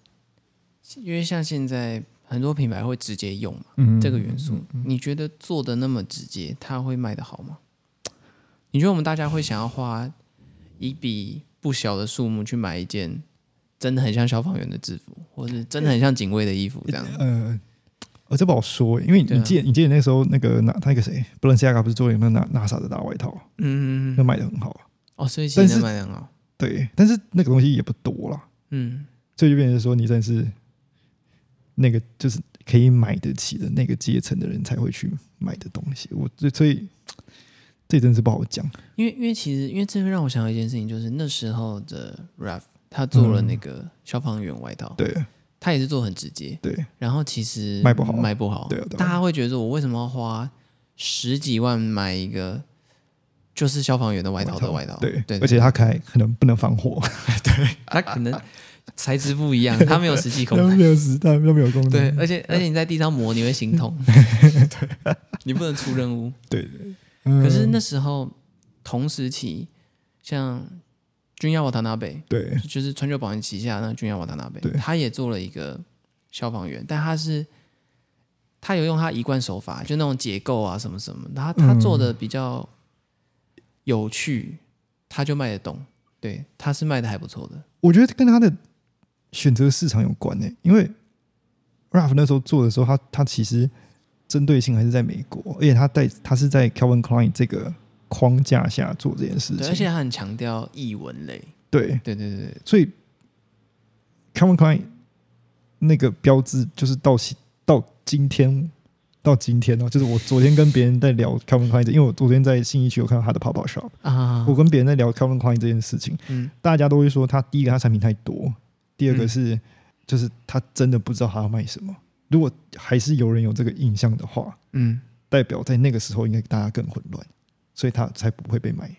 Speaker 2: 因为像现在很多品牌会直接用嘛、
Speaker 1: 嗯
Speaker 2: 这个元素，你觉得做的那么直接，它会卖的好吗？你觉得我们大家会想要花一笔不小的数目去买一件真的很像消防员的制服，或是真的很像警卫的衣服
Speaker 1: (laughs)
Speaker 2: 这样？
Speaker 1: 呃。呃，这不好说，因为
Speaker 2: 对啊
Speaker 1: 你记得、你记得那时候那个拿他那个谁，布伦西亚卡不是做了那个 n a s 的大外套，
Speaker 2: 嗯，
Speaker 1: 那卖的很好，
Speaker 2: 哦，所以其
Speaker 1: 但
Speaker 2: 实
Speaker 1: 是
Speaker 2: 卖得很好，
Speaker 1: 对，但是那个东西也不多啦，
Speaker 2: 嗯，
Speaker 1: 所以就变成说，你真的是那个就是可以买得起的那个阶层的人才会去买的东西。我这所以这真是不好讲。
Speaker 2: 因为因为其实因为这会让我想到一件事情，就是那时候的 Ralph 他做
Speaker 1: 嗯
Speaker 2: 了那个消防员外套，
Speaker 1: 对
Speaker 2: 他也是做得很直接，
Speaker 1: 对
Speaker 2: 然后其实
Speaker 1: 卖不好
Speaker 2: 卖不好，
Speaker 1: 对啊对啊
Speaker 2: 大家会觉得说我为什么要花十几万买一个就是消防员的外套的外套？
Speaker 1: 对
Speaker 2: 对，
Speaker 1: 而且啊它还可能不能防火，
Speaker 2: 他可能材质不一样，他没有实际
Speaker 1: 它 (laughs)
Speaker 2: 空间。
Speaker 1: 没有实弹，它没
Speaker 2: (laughs)
Speaker 1: 有功能。
Speaker 2: 对，而且而且你在地上磨，你会
Speaker 1: (laughs)
Speaker 2: 心痛，你不能出任务。
Speaker 1: 嗯
Speaker 2: 可是那时候同时期，像军药瓦塔纳贝，
Speaker 1: 对
Speaker 2: 就是川久保玲旗下那个军药瓦塔纳贝
Speaker 1: 对，
Speaker 2: 他也做了一个消防员，但他是他有用他一贯手法，就那种结构啊什么什么，他他
Speaker 1: 嗯
Speaker 2: 做的比较有趣，他就卖得动，对，他是卖的还不错的，
Speaker 1: 我觉得跟他的选择市场有关呢、因为 Ralph 那时候做的时候，他他其实针对性还是在美国，而且他在他是在 Calvin Klein 这个框架下做这件事
Speaker 2: 对，而且
Speaker 1: 情。
Speaker 2: 他很强调译文类，
Speaker 1: 对，
Speaker 2: 对对对对，
Speaker 1: 所以 Calvin Klein 那个标志就是到现到今天到今天哦，就是我昨天跟别人在聊 Calvin Klein，这因为我昨天在信义区有看到他的 Pop Up Shop，
Speaker 2: 啊
Speaker 1: 我，跟别人在聊 Calvin Klein 这件事情，
Speaker 2: 嗯
Speaker 1: 大家都会说他第一个他产品太多，第二
Speaker 2: 嗯
Speaker 1: 个是、就是他真的不知道他要卖什么。如果还是有人有这个印象的话，
Speaker 2: 嗯，
Speaker 1: 代表在那个时候应该大家更混乱，所以他才不会被买。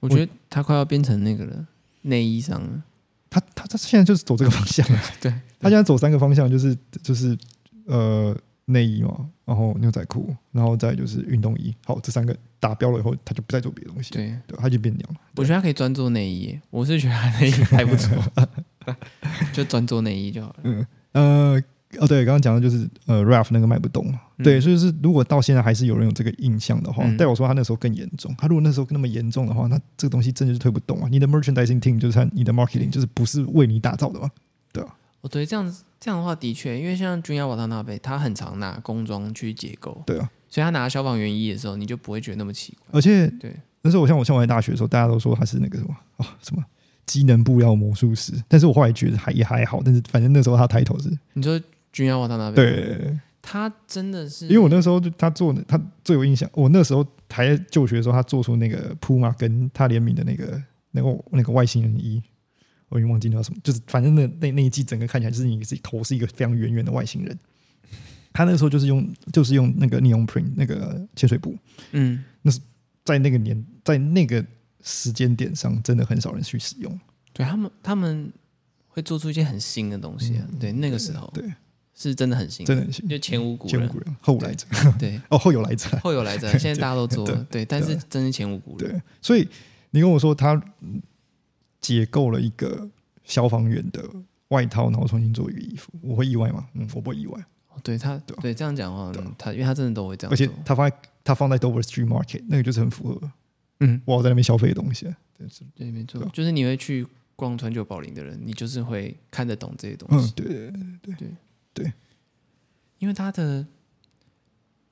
Speaker 2: 我觉得他快要变成那个了，内衣商了，
Speaker 1: 他他他现在就是走这个方向啊，
Speaker 2: (laughs) 对，
Speaker 1: 他现在走三个方向，就是就是呃内衣嘛，然后牛仔裤，然后再就是运动衣。好，这三个达标了以后，他就不再做别的东西，
Speaker 2: 对，
Speaker 1: 对，他就变娘了。
Speaker 2: 我觉得他可以专做内衣，我是觉得他内衣还不错， (laughs) 就专做内衣就好了。嗯
Speaker 1: 呃，哦，对，刚刚讲的就是呃，Ralph 那个卖不动嘛，
Speaker 2: 嗯
Speaker 1: 对，所以是如果到现在还是有人有这个印象的话，
Speaker 2: 嗯
Speaker 1: 代表说他那时候更严重。他如果那时候那么严重的话，那这个东西真的是推不动啊。你的 merchandising team 就是他你的 marketing 就是不是为你打造的嘛？
Speaker 2: 哦，对，这样子这样的话的确，因为像君亚瓦塔纳贝，他很常拿工装去解构，
Speaker 1: 对啊，
Speaker 2: 所以他拿消防员衣的时候，你就不会觉得那么奇怪。
Speaker 1: 而且
Speaker 2: 对，
Speaker 1: 那时候我像我像我在大学的时候，大家都说他是那个什么哦什么机能布料魔术师，但是我后来觉得还也还好，但是反正那时候他抬头是
Speaker 2: 你说君亚瓦塔纳贝，
Speaker 1: 对，
Speaker 2: 他真的是，
Speaker 1: 因为我那时候就他做他最有印象，我那时候还在就学的时候，他做出那个 Puma 跟他联名的那个那个那个外星人衣，我已经忘记叫什么，就是反正那那那一季整个看起来就是你自己头是一个非常圆圆的外星人。他那个时候就是用就是用那个 neon print 那个潜水布，
Speaker 2: 嗯，
Speaker 1: 在那个年在那个时间点上，真的很少人去使用。
Speaker 2: 对他们他们会做出一些很新的东西啊。对，那个时候
Speaker 1: 嗯对，
Speaker 2: 是真的很新，
Speaker 1: 真的很新，
Speaker 2: 就前嗯无古
Speaker 1: 前无
Speaker 2: 人，
Speaker 1: 古人，后无来者，
Speaker 2: 对，
Speaker 1: 哦，后有来者，
Speaker 2: 后有来者，现在大家都做了，对，但是真是前无古人，
Speaker 1: 对，所以你跟我说他嗯解构了一个消防员的外套，然后重新做一个衣服，我会意外吗？嗯，我不会意外。
Speaker 2: 哦对他，
Speaker 1: 对啊
Speaker 2: 对这样讲的话
Speaker 1: 对啊，
Speaker 2: 他因为他真的都会这
Speaker 1: 而
Speaker 2: 样
Speaker 1: 且
Speaker 2: 做，
Speaker 1: 他放在他放在 Dover Street Market 那个就是很符合
Speaker 2: 嗯，
Speaker 1: 我在那边消费的东西啊。
Speaker 2: 对，没错
Speaker 1: 对啊，
Speaker 2: 就是你会去逛川久保玲的人，你就是会看得懂这些东
Speaker 1: 嗯
Speaker 2: 西，，
Speaker 1: 对对对
Speaker 2: 因为它的，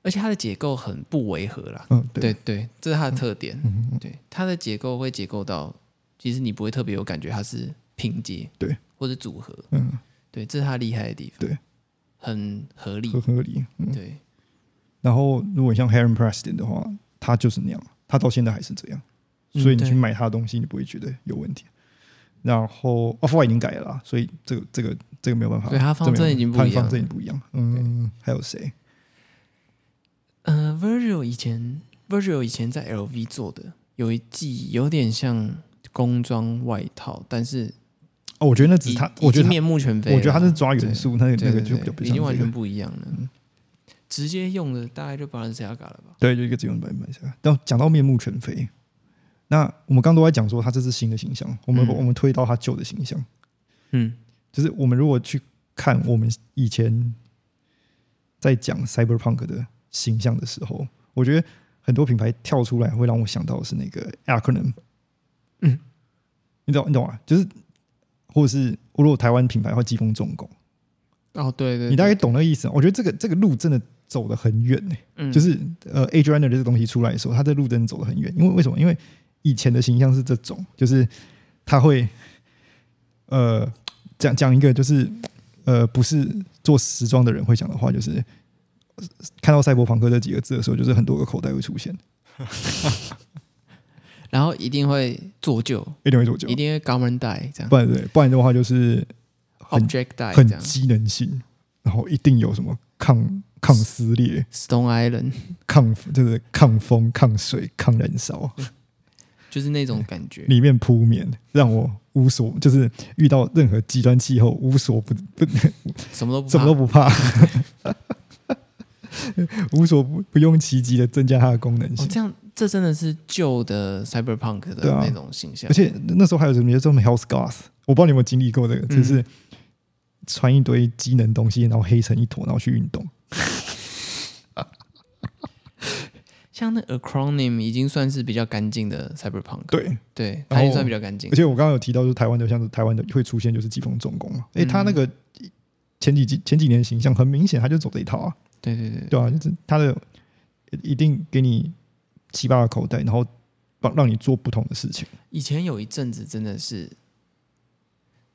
Speaker 2: 而且它的结构很不违和啦。
Speaker 1: 嗯对
Speaker 2: 对对，这是它的特点。
Speaker 1: 嗯嗯
Speaker 2: 对，它的结构会结构到，其实你不会特别有感觉它是拼接，
Speaker 1: 对，
Speaker 2: 或者组合，
Speaker 1: 嗯，
Speaker 2: 对，这是它厉害的地方。
Speaker 1: 对，
Speaker 2: 很合理
Speaker 1: 合。合理。嗯，
Speaker 2: 对，
Speaker 1: 然后如果像 Heron Preston 的话，他就是那样，他到现在还是这样。
Speaker 2: 嗯
Speaker 1: 所以你去
Speaker 2: 对
Speaker 1: 买他的东西，你不会觉得有问题。然后 Off White 已经改了啦，所以这个这个这个没有办法。
Speaker 2: 对它方
Speaker 1: 这没有
Speaker 2: 针已经不
Speaker 1: 它
Speaker 2: 一样
Speaker 1: 方针已经不一样。嗯，还有谁？
Speaker 2: 呃，Virgil 以前 Virgil 以前在 LV 做的有一季有点像工装外套，但是
Speaker 1: 哦，我觉得那只
Speaker 2: 已
Speaker 1: 是他，
Speaker 2: 已
Speaker 1: 我觉
Speaker 2: 经
Speaker 1: 得他
Speaker 2: 面目全非了。
Speaker 1: 我觉得他是抓元素，那个
Speaker 2: 对
Speaker 1: 那个
Speaker 2: 对
Speaker 1: 就
Speaker 2: 对，
Speaker 1: 比较不
Speaker 2: 已
Speaker 1: 像
Speaker 2: 经完
Speaker 1: 这
Speaker 2: 全
Speaker 1: 个。嗯
Speaker 2: 不一样了。直接用的大概就 Balenciaga 了吧？
Speaker 1: 对，就一个只用版本下。然后讲到面目全非，那我们刚都在讲说他这是新的形象，我们
Speaker 2: 嗯
Speaker 1: 我们推到他旧的形象，
Speaker 2: 嗯，
Speaker 1: 就是我们如果去看我们以前在讲 cyberpunk 的形象的时候，我觉得很多品牌跳出来会让我想到的是那个 acronym，
Speaker 2: 嗯，
Speaker 1: 你懂你懂吗？就是或者是如果台湾品牌会疾风重工，
Speaker 2: 哦，对对，
Speaker 1: 你大
Speaker 2: 对
Speaker 1: 概懂那个意思吗。我觉得这个这个路真的走得很远呢、
Speaker 2: 嗯
Speaker 1: 就是呃 a d r a n e r 这个东西出来的时候，他这路真的走得很远，因为为什么？因为以前的形象是这种，就是他会呃讲讲一个就是呃不是做时装的人会讲的话，就是呃看到赛博朋克这几个字的时候，就是很多个口袋会出现，
Speaker 2: 然后一定会做旧，
Speaker 1: 一定会做旧
Speaker 2: 一，定会 govern die 这样
Speaker 1: 不然对，不然的话就是很
Speaker 2: ，object die
Speaker 1: 很
Speaker 2: 这样
Speaker 1: 机能性，然后一定有什么抗抗撕裂、
Speaker 2: ，Stone Island
Speaker 1: 抗就是抗风、抗水、抗燃烧。
Speaker 2: 就是那种感觉。
Speaker 1: 里面铺棉，让我无所，就是遇到任何极端气候无所不不
Speaker 2: 什么都不
Speaker 1: 什么都
Speaker 2: 怕
Speaker 1: 不怕，无所不不用其极的增加它的功能
Speaker 2: 哦
Speaker 1: 性，。
Speaker 2: 这样这真的是旧的 cyberpunk
Speaker 1: 对
Speaker 2: 的
Speaker 1: 啊
Speaker 2: 那种形象，
Speaker 1: 而且那时候还有什么叫做 health gas，我不知道你有没有经历过这个，
Speaker 2: 嗯
Speaker 1: 就是穿一堆机能东西，然后黑成一坨，然后去运动。
Speaker 2: 像那 acronym 已经算是比较干净的 cyberpunk，
Speaker 1: 对，哦
Speaker 2: 对，
Speaker 1: 然
Speaker 2: 它
Speaker 1: 后
Speaker 2: 已经算比较干净
Speaker 1: 而。且我刚刚有提到，就是台湾的，像是台湾的会出现就是疾风重工嘛，哎、他
Speaker 2: 嗯
Speaker 1: 那个前几季前几年的形象很明显，他就走这一套啊。
Speaker 2: 对对对，
Speaker 1: 对啊，就是它的一定给你七八个口袋，然后帮让你做不同的事情。
Speaker 2: 以前有一阵子真的是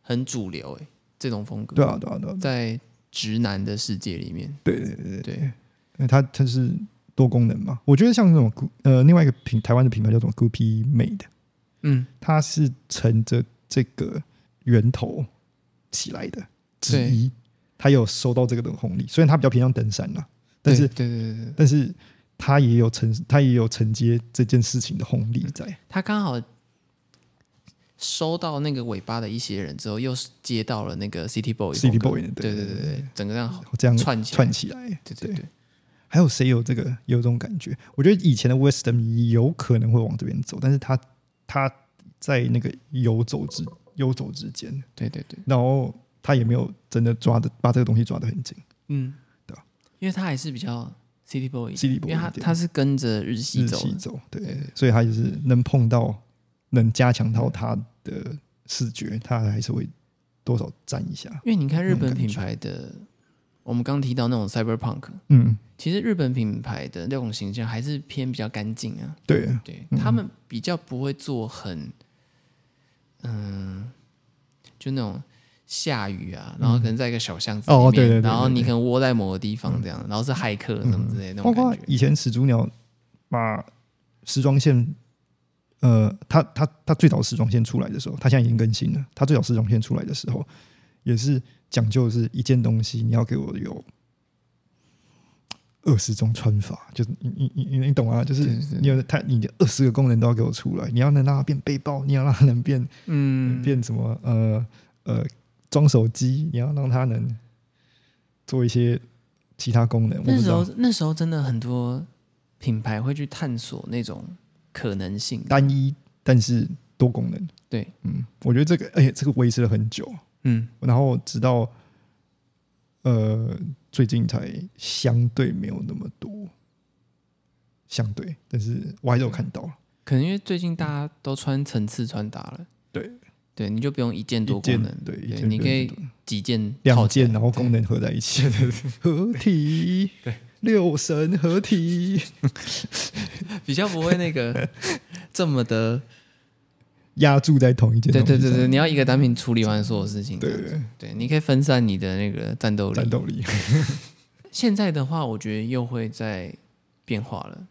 Speaker 2: 很主流哎、这种风格。
Speaker 1: 对啊，对啊，对啊，
Speaker 2: 在直男的世界里面，
Speaker 1: 对对对对，
Speaker 2: 对，
Speaker 1: 因为它它是多功能嘛。我觉得像那种呃，另外一个品台湾的品牌叫做 Gucci Made，
Speaker 2: 嗯，
Speaker 1: 它是乘着这个源头起来的之一，它有收到这个的红利。虽然它比较偏向登山啦，但是
Speaker 2: 对对对对对，
Speaker 1: 但是它也有承它也有承接这件事情的红利在。
Speaker 2: 他刚好收到那个尾巴的一些人之后，又是接到了那个 City Boy 的
Speaker 1: City
Speaker 2: 风格
Speaker 1: Boy 的
Speaker 2: 对
Speaker 1: 对
Speaker 2: 对对对，整个这样
Speaker 1: 这样
Speaker 2: 串起来
Speaker 1: 串起来。
Speaker 2: 对对对，
Speaker 1: 还有谁有这个有这种感觉？我觉得以前的 Western 有可能会往这边走，但是他他在那个游走之游走之间，
Speaker 2: 对对对，
Speaker 1: 然后他也没有真的抓的把这个东西抓得很紧。
Speaker 2: 嗯，
Speaker 1: 对吧
Speaker 2: 因为他还是比较 City Boy，
Speaker 1: City Boy
Speaker 2: 因为他
Speaker 1: 一点
Speaker 2: 他是跟着日系
Speaker 1: 日
Speaker 2: 走
Speaker 1: 系
Speaker 2: 的，
Speaker 1: 走，对，
Speaker 2: 对对
Speaker 1: 所以他就是能碰到，能加强到他的视觉，他还是会多少沾一下。
Speaker 2: 因为你看日
Speaker 1: 那
Speaker 2: 本
Speaker 1: 种感
Speaker 2: 品
Speaker 1: 觉
Speaker 2: 牌的，我们刚提到那种 Cyberpunk，
Speaker 1: 嗯，
Speaker 2: 其实日本品牌的那种形象还是偏比较干净啊，
Speaker 1: 对，
Speaker 2: 对、
Speaker 1: 嗯
Speaker 2: 他们比较不会做很，嗯、就那种下雨啊，然后可能在一个小巷子里面，
Speaker 1: 哦对对对对嗯
Speaker 2: 然后你可能窝在某个地方这样，然后是骇客什么之类的那
Speaker 1: 包
Speaker 2: 种
Speaker 1: 括
Speaker 2: 感觉，
Speaker 1: 以前始祖鸟把时装线，呃，他他他最早时装线出来的时候，他现在已经更新了。他最早时装线出来的时候，也是讲究是一件东西，你要给我有二十种穿法，就是你你你你你懂啊？就是
Speaker 2: 对对
Speaker 1: 你有它你的二十个功能都要给我出来，你要能让它变背包，你要让它能变
Speaker 2: 嗯，
Speaker 1: 变什么呃呃装手机，你要让它能做一些其他功能。我
Speaker 2: 那
Speaker 1: 不知
Speaker 2: 时
Speaker 1: 道
Speaker 2: 候那时候真的很多品牌会去探索那种可能性，
Speaker 1: 单一，但是多功能。
Speaker 2: 对，
Speaker 1: 嗯，我觉得这个，而且这个维持了很久，
Speaker 2: 嗯，
Speaker 1: 然后直到呃最近才相对没有那么多，相对，但是我还是有看到
Speaker 2: 可能因为最近大家都穿层次穿搭了，
Speaker 1: 对
Speaker 2: 对，你就不用一件多
Speaker 1: 一
Speaker 2: 功
Speaker 1: 件
Speaker 2: 能，
Speaker 1: 对一
Speaker 2: 对，
Speaker 1: 件
Speaker 2: 你
Speaker 1: 多
Speaker 2: 可以
Speaker 1: 功
Speaker 2: 几件套
Speaker 1: 两
Speaker 2: 起
Speaker 1: 件，
Speaker 2: 来
Speaker 1: 哦然后功能合在一起，合体，六神合体，
Speaker 2: 比较不会
Speaker 1: (laughs)
Speaker 2: 那个这么的，
Speaker 1: 压住在同一件
Speaker 2: 对
Speaker 1: 东西
Speaker 2: 对
Speaker 1: 上，
Speaker 2: 对对，你要一个单品处理完所有事情，
Speaker 1: 对
Speaker 2: 对对，你可以分散你的那个战斗
Speaker 1: 战
Speaker 2: 力。
Speaker 1: 斗力，
Speaker 2: 现在的话，我觉得又会在变化了，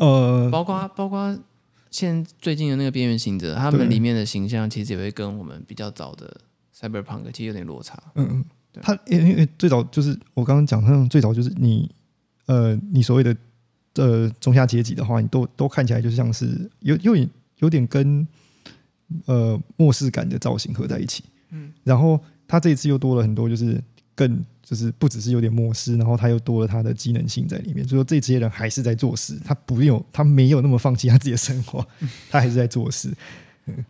Speaker 1: 呃，
Speaker 2: 包括包括现最近的那个边缘行者，他
Speaker 1: 对
Speaker 2: 们里面的形象其实也会跟我们比较早的 Cyberpunk 其实有点落差，
Speaker 1: 嗯，
Speaker 2: 对
Speaker 1: 他因为因为最早就是我刚刚讲那种最早就是你呃，你所谓的呃中下阶级的话，你都都看起来就像是有有点有点跟呃末世感的造型合在一起，嗯，然后他这一次又多了很多就是更。就是不只是有点末世，然后他又多了他的机能性在里面，就说这些人还是在做事，他不用他没有那么放弃他自己的生活，他还是在做事。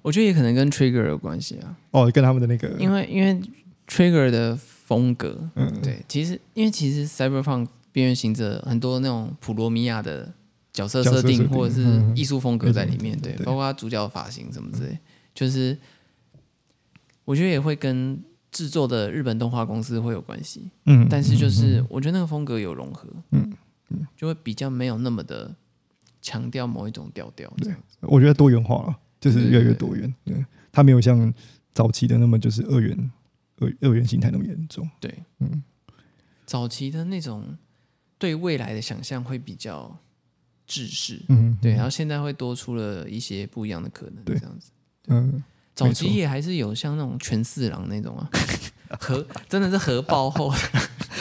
Speaker 2: 我觉得也可能跟 Trigger 有关系啊，
Speaker 1: 哦，跟他们的那个，
Speaker 2: 因为因为 Trigger 的风格，
Speaker 1: 嗯，
Speaker 2: 对，其实因为其实 Cyberpunk 边缘行者很多那种普罗米亚的角色
Speaker 1: 角色
Speaker 2: 设定
Speaker 1: 设定
Speaker 2: 或者是
Speaker 1: 嗯嗯
Speaker 2: 艺术风格在里面，
Speaker 1: 对
Speaker 2: 对
Speaker 1: 对，对嗯
Speaker 2: 包括他主角的发型什么之类，就是我觉得也会跟制作的日本动画公司会有关系，
Speaker 1: 嗯，
Speaker 2: 但是就是我觉得那个风格有融合，
Speaker 1: 嗯
Speaker 2: 就会比较没有那么的强调某一种调调，这样
Speaker 1: 我觉得多元化了，就是越来越多元。对，它没有像早期的那么就是二元二二元形态那么严重。
Speaker 2: 对，
Speaker 1: 嗯，
Speaker 2: 早期的那种对未来的想象会比较制式，
Speaker 1: 嗯，
Speaker 2: 对，然后现在会多出了一些不一样的可能，
Speaker 1: 对
Speaker 2: 这样子。
Speaker 1: 嗯，
Speaker 2: 早
Speaker 1: 没
Speaker 2: 期
Speaker 1: 错
Speaker 2: 也还是有像那种全四郎那种啊，核真的是核爆后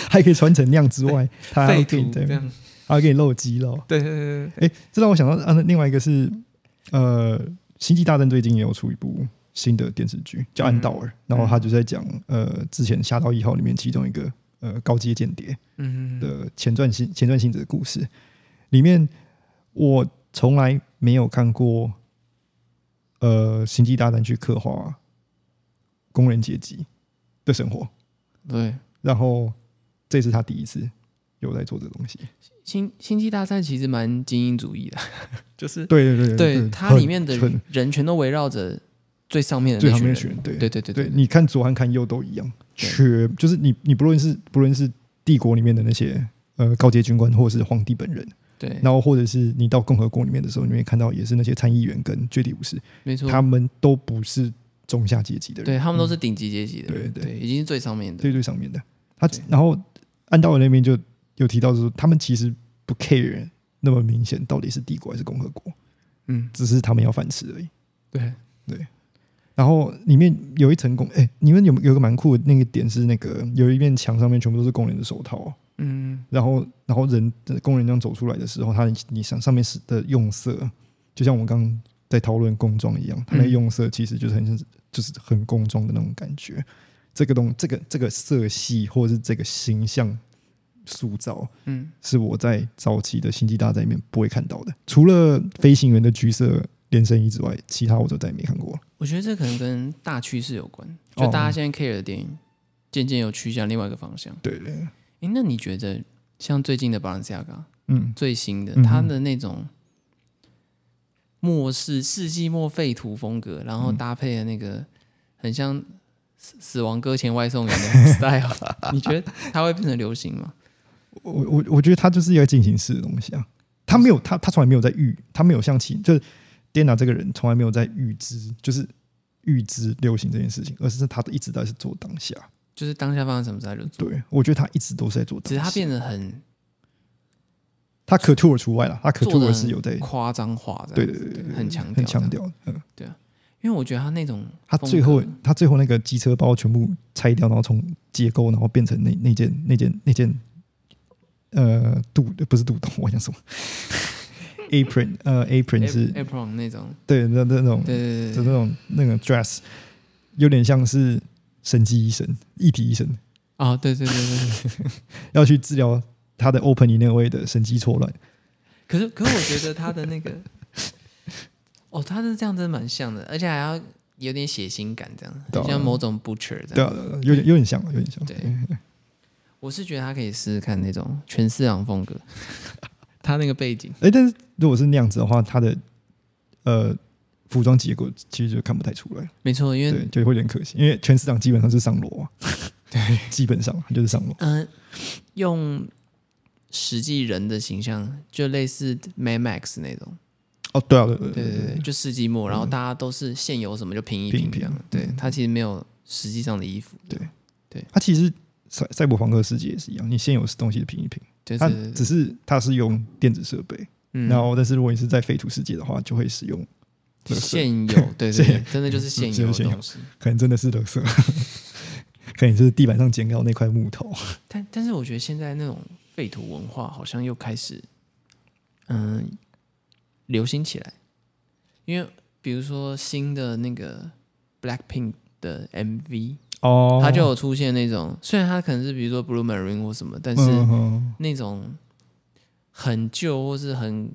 Speaker 1: 还可以穿成那样之外，它还
Speaker 2: 废
Speaker 1: 要给
Speaker 2: 土
Speaker 1: 你
Speaker 2: 这
Speaker 1: 啊对，
Speaker 2: 样。
Speaker 1: 还要给你露肌肉。
Speaker 2: 对对对对，
Speaker 1: 哎，这让我想到啊，那另外一个是呃，《星际大战》最近也有出一部新的电视剧叫《安道尔》，
Speaker 2: 嗯
Speaker 1: 然后他就在讲呃，之前《侠盗一号》里面其中一个呃高阶间谍，
Speaker 2: 嗯，
Speaker 1: 的前传性前传性质的故事，里面我从来没有看过，呃，《星际大战》去刻画工人阶级的生活，
Speaker 2: 对。
Speaker 1: 然后这是他第一次有在做这个东西。
Speaker 2: 星星际大战其实蛮精英主义
Speaker 1: (laughs)
Speaker 2: 的，就是
Speaker 1: 对对对
Speaker 2: 对它里面的
Speaker 1: 很
Speaker 2: 人全都围绕着最上面的
Speaker 1: 最
Speaker 2: 那
Speaker 1: 上
Speaker 2: 群
Speaker 1: 面的
Speaker 2: 人。
Speaker 1: 群，对
Speaker 2: 对对对
Speaker 1: 对，你看左和看右都一样，全就是你你不论是不论是帝国里面的那些呃高阶军官，或者是皇帝本人，
Speaker 2: 对，
Speaker 1: 然后或者是你到共和国里面的时候，你会看到也是那些参议员跟绝地武士，
Speaker 2: 没错，
Speaker 1: 他们都不是中下阶级的人，
Speaker 2: 对他们都是顶级阶级的人，
Speaker 1: 对对
Speaker 2: 对，已经是最上面的。
Speaker 1: 最最上面的。他
Speaker 2: 对
Speaker 1: 然后按道尔那边就有提到说，他们其实不 care 那么明显到底是帝国还是共和国，
Speaker 2: 嗯，
Speaker 1: 只是他们要饭吃而已。
Speaker 2: 对，
Speaker 1: 然后里面有一层工，哎、你们有有一个蛮酷的那个点是那个有一面墙上面全部都是工人的手套哦，
Speaker 2: 嗯，
Speaker 1: 然后然后人工人这样走出来的时候，他你上上面是的用色，就像我刚刚在讨论工装一样，他们用色其实就是很像是就是很工装的那种感觉。这个东这个这个色系或者是这个形象塑造，
Speaker 2: 嗯，
Speaker 1: 是我在早期的星际大战里面不会看到的。除了飞行员的橘色连身衣之外，其他我就再也没看过了。
Speaker 2: 我觉得这可能跟大趋势有关，
Speaker 1: 哦
Speaker 2: 就大家现在 care 的电影渐渐有趋向另外一个方向。
Speaker 1: 对对，
Speaker 2: 诶，那你觉得像最近的 Balenciaga
Speaker 1: 嗯，
Speaker 2: 最新的
Speaker 1: 嗯哼，
Speaker 2: 它的那种末世世纪末废土风格，然
Speaker 1: 嗯
Speaker 2: 后搭配的那个很像死死亡搁浅外送员的 (laughs) style，你觉得它会变成流行吗？
Speaker 1: 我我我觉得它就是一个进行式的东西啊，他没有他他从来没有在预，他没有像其就是 Dana 这个人从来没有在预知，就是预知流行这件事情，而是他一直在是做当下。
Speaker 2: 就是当下发生什么事他就做，
Speaker 1: 对，我觉得他一直都是在做当
Speaker 2: 只
Speaker 1: 下。
Speaker 2: 是它变得很
Speaker 1: 他可 tour 除外了，他可
Speaker 2: 做
Speaker 1: tour
Speaker 2: 得很
Speaker 1: 是有在
Speaker 2: 夸张化这
Speaker 1: 对
Speaker 2: 样
Speaker 1: 对
Speaker 2: 子，
Speaker 1: 对对对
Speaker 2: 很强
Speaker 1: 很
Speaker 2: 调，
Speaker 1: 强，调，嗯。
Speaker 2: 因为我觉得它那种
Speaker 1: 他
Speaker 2: 风
Speaker 1: 最后
Speaker 2: 格
Speaker 1: 他最后那个机车包全部拆掉，然后从结构，然后变成那那件那件那件呃肚不是肚兜，我想什么 (laughs) apron 呃 apron 是
Speaker 2: Ap- apron 那种，
Speaker 1: 对那那那种
Speaker 2: 对对对
Speaker 1: 就
Speaker 2: 对
Speaker 1: 那种那个 dress 有点像是神机医生一体医生
Speaker 2: 啊，对对对对对。
Speaker 1: 要去治疗他的 opening 那位的神经错乱，
Speaker 2: 可是，可是我觉得他的那个，哦，他是这样，真的蛮像的，而且还要有点血腥感，这样，
Speaker 1: 对啊
Speaker 2: 很像某种 butcher 这
Speaker 1: 对
Speaker 2: 样。
Speaker 1: 啊，对啊对啊有点有点像，有点像，
Speaker 2: 对我是觉得他可以试试看那种全四郎风
Speaker 1: (laughs)
Speaker 2: 格，他那个背景，
Speaker 1: 哎，但是如果是那样子的话，他的呃服装结构其实就看不太出来。
Speaker 2: 没错，因为
Speaker 1: 对，就会有点可惜，因为全市场基本上是上
Speaker 2: (laughs)
Speaker 1: 罗、啊，对，基本上就是上罗，
Speaker 2: 嗯、呃用实际人的形象，就类似 Mad Max 那种，
Speaker 1: 哦，对啊，对对嗯
Speaker 2: 对对对，就世纪末，然后大家都是现有什么就拼一
Speaker 1: 拼一
Speaker 2: 拼这样
Speaker 1: 拼，
Speaker 2: 对
Speaker 1: 嗯
Speaker 2: 他其实没有实际上的衣服，
Speaker 1: 对它其实赛赛博朋克世界也是一样，你现有东西拼一拼，
Speaker 2: 对
Speaker 1: 它
Speaker 2: 对对
Speaker 1: 只
Speaker 2: 对，
Speaker 1: 是它是用电子设备，
Speaker 2: 嗯
Speaker 1: 然后但是如果你是在废土世界的话，就会使用垃圾
Speaker 2: 现
Speaker 1: (laughs)
Speaker 2: 有，对对对，真的就是现有
Speaker 1: 现
Speaker 2: 的
Speaker 1: 有
Speaker 2: 东西。
Speaker 1: 可能真的是垃圾， (laughs) 可能就是地板上捡到那块木头，
Speaker 2: 但但是我觉得现在那种废土文化好像又开始，嗯，流行起来。因为比如说新的那个 Blackpink 的 MV，、
Speaker 1: 哦
Speaker 2: 它就有出现那种，虽然它可能是比如说 Blue Marine 或什么，但是
Speaker 1: 嗯哼
Speaker 2: 那种很旧或是很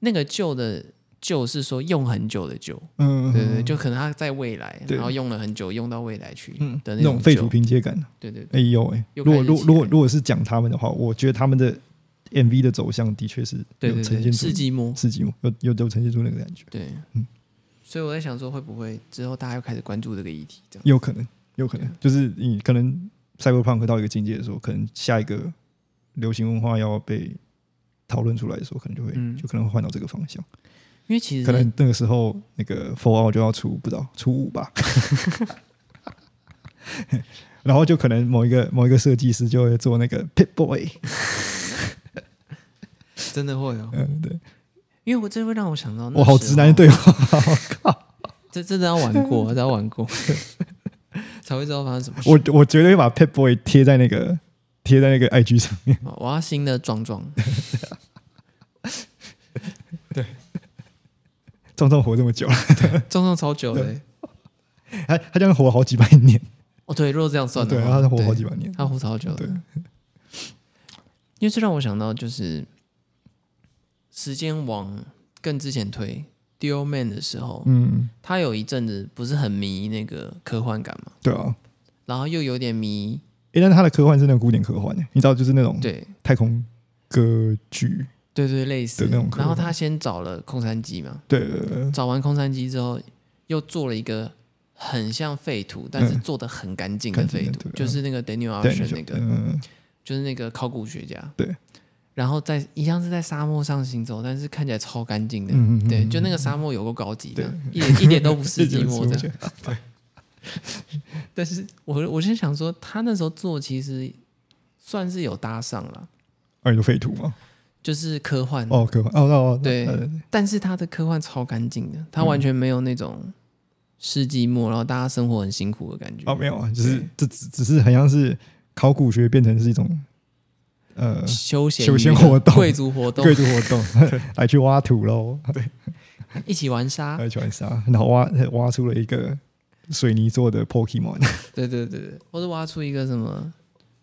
Speaker 2: 那个旧的旧是说用很久的旧，
Speaker 1: 嗯，
Speaker 2: 对对对，就可能它在未来，
Speaker 1: 对
Speaker 2: 然后用了很久，用到未来去
Speaker 1: 嗯
Speaker 2: 的
Speaker 1: 那种
Speaker 2: 种
Speaker 1: 废
Speaker 2: 旧
Speaker 1: 土，拼接感，
Speaker 2: 对对对，
Speaker 1: 哎呦哎，如果
Speaker 2: 又开始
Speaker 1: 如
Speaker 2: 起
Speaker 1: 果
Speaker 2: 来
Speaker 1: 如果如果是讲他们的话，我觉得他们的 MV 的走向的确是
Speaker 2: 对
Speaker 1: 有
Speaker 2: 对
Speaker 1: 呈
Speaker 2: 对，
Speaker 1: 现出
Speaker 2: 世纪末，
Speaker 1: 世纪末，有有有呈现出那个感觉。
Speaker 2: 对，
Speaker 1: 嗯
Speaker 2: 所以我在想说，会不会之后大家又开始关注这个议题？这样，
Speaker 1: 有可能，有可能就
Speaker 2: 对，
Speaker 1: 是你可能 cyberpunk 到一个境界的时候，可能下一个流行文化要被讨论出来的时候，可能就会、
Speaker 2: 嗯
Speaker 1: 就可能会换到这个方向。
Speaker 2: 因为其
Speaker 1: 可
Speaker 2: 实
Speaker 1: 能那个时候那个 Fallout 就要出，不知道出五吧。 (laughs) 然后就可能某一个某一个设计师就会做那个 Pit Boy，
Speaker 2: 真的会哦，
Speaker 1: 嗯，对
Speaker 2: 因为我这会让我想到那时候，
Speaker 1: 我好直男的对话， (laughs)
Speaker 2: 这真的要玩过，真的要玩过，才会知道发生什么事。
Speaker 1: 我我绝对会把 Pit Boy 贴在那个贴在那个 IG 上面。
Speaker 2: 我我要新的壮壮，
Speaker 1: 壮壮活这么久了，
Speaker 2: 壮壮
Speaker 1: (laughs)
Speaker 2: 超久的欸、
Speaker 1: 他他这样活了好几百年，
Speaker 2: 哦，对，如果这样算的
Speaker 1: 对，然
Speaker 2: 话，
Speaker 1: 后他活好
Speaker 2: 对
Speaker 1: 几百年，
Speaker 2: 他活超久的
Speaker 1: 对。
Speaker 2: 因为这让我想到，就是时间往更之前推 d o Man 的时候，
Speaker 1: 嗯，
Speaker 2: 他有一阵子不是很迷那个科幻感嘛，
Speaker 1: 对啊，
Speaker 2: 然后又有点迷，
Speaker 1: 诶，但是他的科幻是那种古典科幻、欸，你知道，就是那种
Speaker 2: 对
Speaker 1: 太空歌剧，
Speaker 2: 对对，类似
Speaker 1: 的那种科幻
Speaker 2: 然后他先找了空山鸡嘛，
Speaker 1: 对对对
Speaker 2: 找完空山鸡之后，又做了一个很像废土，但是做的很干净
Speaker 1: 嗯
Speaker 2: 的
Speaker 1: 干净
Speaker 2: 废
Speaker 1: 的
Speaker 2: 土，
Speaker 1: 对
Speaker 2: 就是那个 Daniel a
Speaker 1: 对
Speaker 2: s h e
Speaker 1: 对，
Speaker 2: 那个，
Speaker 1: 嗯，
Speaker 2: 就是那个考古学家，
Speaker 1: 对，
Speaker 2: 然后在一样是在沙漠上行走，但是看起来超干净的，
Speaker 1: 嗯嗯嗯
Speaker 2: 对，就那个沙漠有够高级的，一点一点都不是寂
Speaker 1: (laughs)
Speaker 2: 寞的。
Speaker 1: 的，
Speaker 2: 但是我我先想说，他那时候做其实算是有搭上了，
Speaker 1: 啊，有废土吗？
Speaker 2: 就是科幻，
Speaker 1: 哦，科幻，哦哦哦，
Speaker 2: 嗯对
Speaker 1: 呃
Speaker 2: 但是他的科幻超干净的，他完全没有那种世纪末然后大家生活很辛苦的感觉。
Speaker 1: 哦，没有啊，就是这只只是好像是考古学变成是一种呃
Speaker 2: 休闲
Speaker 1: 休闲
Speaker 2: 娱乐
Speaker 1: 活动
Speaker 2: 贵族活动 (laughs) 啊
Speaker 1: 贵，族活动，来去挖土喽，对，
Speaker 2: 一起玩沙，
Speaker 1: 还喜欢沙，然后挖挖出了一个水泥做的 Pokemon
Speaker 2: 对对对对，或者挖出一个什么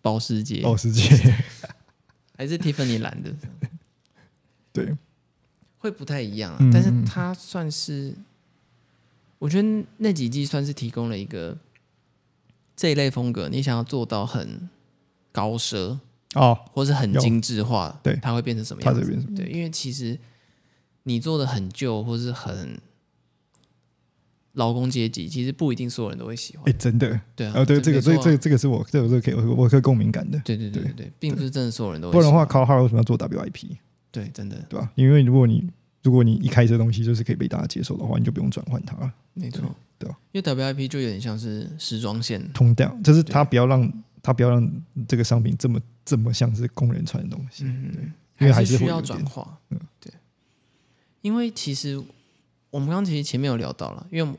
Speaker 2: 保
Speaker 1: (laughs)
Speaker 2: 时捷，
Speaker 1: 保时捷，
Speaker 2: 还是 Tiffany 蓝的，
Speaker 1: (laughs) 对，
Speaker 2: 会不太一样啊。
Speaker 1: 嗯
Speaker 2: 但是它算是，我觉得那几季算是提供了一个这一类风格，你想要做到很高奢
Speaker 1: 哦，
Speaker 2: 或是很
Speaker 1: 有
Speaker 2: 精致化，
Speaker 1: 对
Speaker 2: 它会变成什么
Speaker 1: 它
Speaker 2: 样
Speaker 1: 这
Speaker 2: 子？
Speaker 1: 边是
Speaker 2: 对，因为其实你做的很旧或是很劳工阶级，其实不一定所有人都会喜欢
Speaker 1: 哎、。真的，
Speaker 2: 对啊，
Speaker 1: 哦，对，这个
Speaker 2: 没错
Speaker 1: 这个
Speaker 2: 啊
Speaker 1: 这个这个是我这个是可以我我可以共鸣感的，
Speaker 2: 对对对对对，并不是真的所有人都会
Speaker 1: 不然的话
Speaker 2: 喜欢
Speaker 1: c a r h a r 为什么要做 WIP，
Speaker 2: 对，真的
Speaker 1: 对吧？因为如果你如果你一开这东西就是可以被大家接受的话，你就不用转换它了。
Speaker 2: 没错，
Speaker 1: 对啊
Speaker 2: 因为 WIP 就有点像是时装线，
Speaker 1: 通掉，就是他不要让他不要让这个商品这么这么像是工人穿的东西。
Speaker 2: 嗯，
Speaker 1: 因为还是
Speaker 2: 是需
Speaker 1: 会
Speaker 2: 要
Speaker 1: 有
Speaker 2: 转
Speaker 1: 点
Speaker 2: 化，
Speaker 1: 嗯
Speaker 2: 对，因为其实我们刚刚其实前面有聊到了，因为我们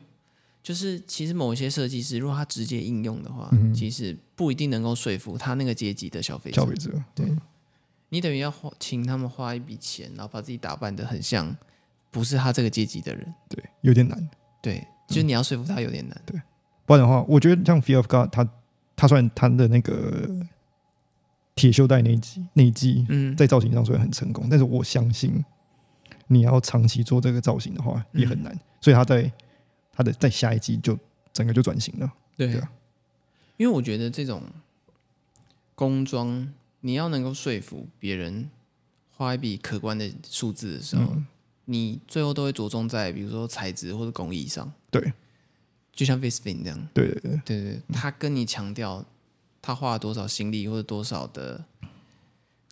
Speaker 2: 就是其实某一些设计师，如果他直接应用的
Speaker 1: 嗯
Speaker 2: 话，其实不一定能够说服他那个阶级的消费
Speaker 1: 消
Speaker 2: 者
Speaker 1: 费，者对，
Speaker 2: 嗯你等于要花请他们花一笔钱，然后把自己打扮的很像不是他这个阶级的人，
Speaker 1: 对，有点难。
Speaker 2: 对，
Speaker 1: 嗯
Speaker 2: 就是你要说服他有点难，
Speaker 1: 不然的话，我觉得像 Fear of God，他他虽然他的那个铁锈带那一季那一季
Speaker 2: 嗯，
Speaker 1: 在造型上虽然很成功，但是我相信你要长期做这个造型的话
Speaker 2: 嗯
Speaker 1: 也很难，所以他在他的在下一季就整个就转型了。
Speaker 2: 对
Speaker 1: 对啊
Speaker 2: 因为我觉得这种工装，你要能够说服别人花一笔可观的数字的时候，你最后都会着重在比如说材质或者工艺上。
Speaker 1: 对，
Speaker 2: 就像 Visvin 这样，
Speaker 1: 对对对，
Speaker 2: 对对，对嗯他跟你强调他花了多少心力或者多少的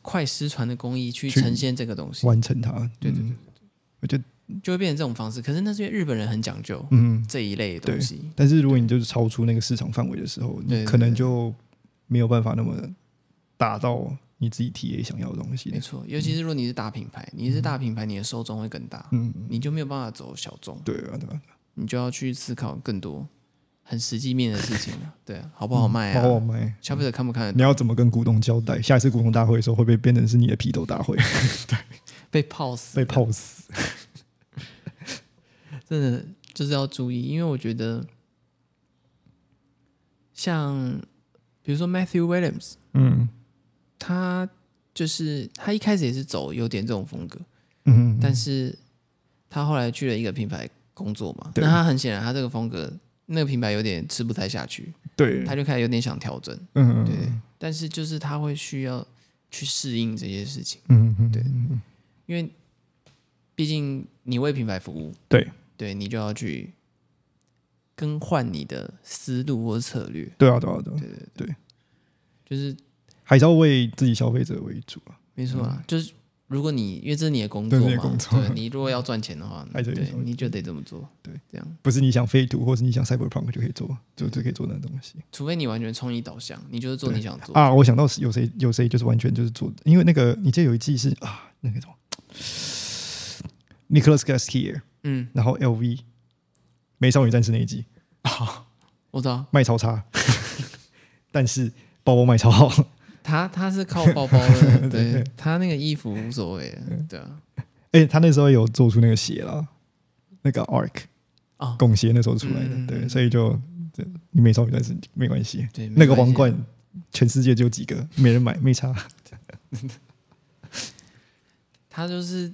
Speaker 2: 快失传的工艺去
Speaker 1: 去
Speaker 2: 呈现这个东西，
Speaker 1: 完成它。
Speaker 2: 对对对
Speaker 1: 嗯，我觉得
Speaker 2: 就会变成这种方式。可是那是因为日本人很讲究
Speaker 1: 嗯。
Speaker 2: 这一类的东
Speaker 1: 对
Speaker 2: 西，
Speaker 1: 但是如果你就是超出那个市场范围的时候，
Speaker 2: 对
Speaker 1: 你可能就没有办法那么达到你自己 TA 想要的东西
Speaker 2: 没。错。尤其是如果你是大品牌，你是大品牌，你的受众会更大。
Speaker 1: 嗯，
Speaker 2: 你就没有办法走小众，
Speaker 1: 对啊，对吧、
Speaker 2: 你就要去思考更多很实际面的事情
Speaker 1: (laughs)
Speaker 2: 了。对啊，好不好卖
Speaker 1: 啊？好好
Speaker 2: 啊？
Speaker 1: 卖。
Speaker 2: 消费者看不看得
Speaker 1: 你
Speaker 2: 懂？
Speaker 1: 要怎么跟股东交代？下一次股东大会的时候，会不会变成是你的批斗
Speaker 2: (laughs)
Speaker 1: 大会，
Speaker 2: 被泡死
Speaker 1: 被，泡
Speaker 2: (laughs)
Speaker 1: 死？
Speaker 2: 真的就是要注意，因为我觉得像比如说 Matthew Williams，
Speaker 1: 嗯
Speaker 2: 他就是他一开始也是走有点这种风格，
Speaker 1: 嗯，
Speaker 2: 但是他后来去了一个品牌工作嘛，
Speaker 1: 对
Speaker 2: 那他很显然他这个风格那个品牌有点吃不太下去，
Speaker 1: 对，
Speaker 2: 他就开始有点想调整。
Speaker 1: 嗯
Speaker 2: 对，但是就是他会需要去适应这些事情，
Speaker 1: 嗯嗯，
Speaker 2: 对因为毕竟你为品牌服务，
Speaker 1: 对
Speaker 2: 对你就要去更换你的思路或策略，
Speaker 1: 对啊，对啊，对啊，
Speaker 2: 就是
Speaker 1: 还是要为自己消费者为主啊。
Speaker 2: 没错啊，就是如果你因为这是你的工作
Speaker 1: 这是
Speaker 2: 嘛，
Speaker 1: 你的工作
Speaker 2: 对你如果要赚钱的话，
Speaker 1: 还是得
Speaker 2: 对
Speaker 1: 这么
Speaker 2: 你就得这么做，
Speaker 1: 对，
Speaker 2: 这样，
Speaker 1: 不是你想废土，或是你想 cyberpunk 就可以做，就就可以做那个东西。
Speaker 2: 除非你完全冲一导向，你就是做你
Speaker 1: (laughs)
Speaker 2: 想做，
Speaker 1: 啊，我想到是有谁有谁就是完全就是做，因为那个你记得有一季是啊那个什么 Nicholas Gastier，
Speaker 2: 嗯，
Speaker 1: 然后 LV 美少女战士那一季
Speaker 2: 我知道
Speaker 1: 卖超
Speaker 2: (laughs)
Speaker 1: 差，但是包包卖超好，
Speaker 2: 他他是靠包包的，
Speaker 1: (laughs) 对
Speaker 2: 对他那个衣服无所谓，对啊，
Speaker 1: 哎、他那时候有做出那个鞋啦，那个 Arc
Speaker 2: 哦
Speaker 1: 拱鞋那时候出来的，
Speaker 2: 嗯嗯嗯
Speaker 1: 对，所以就这你美少女战士没关系，
Speaker 2: 对，
Speaker 1: 那个
Speaker 2: 没关
Speaker 1: 皇
Speaker 2: 系啊
Speaker 1: 冠全世界就几个，没人买没差，
Speaker 2: 他就是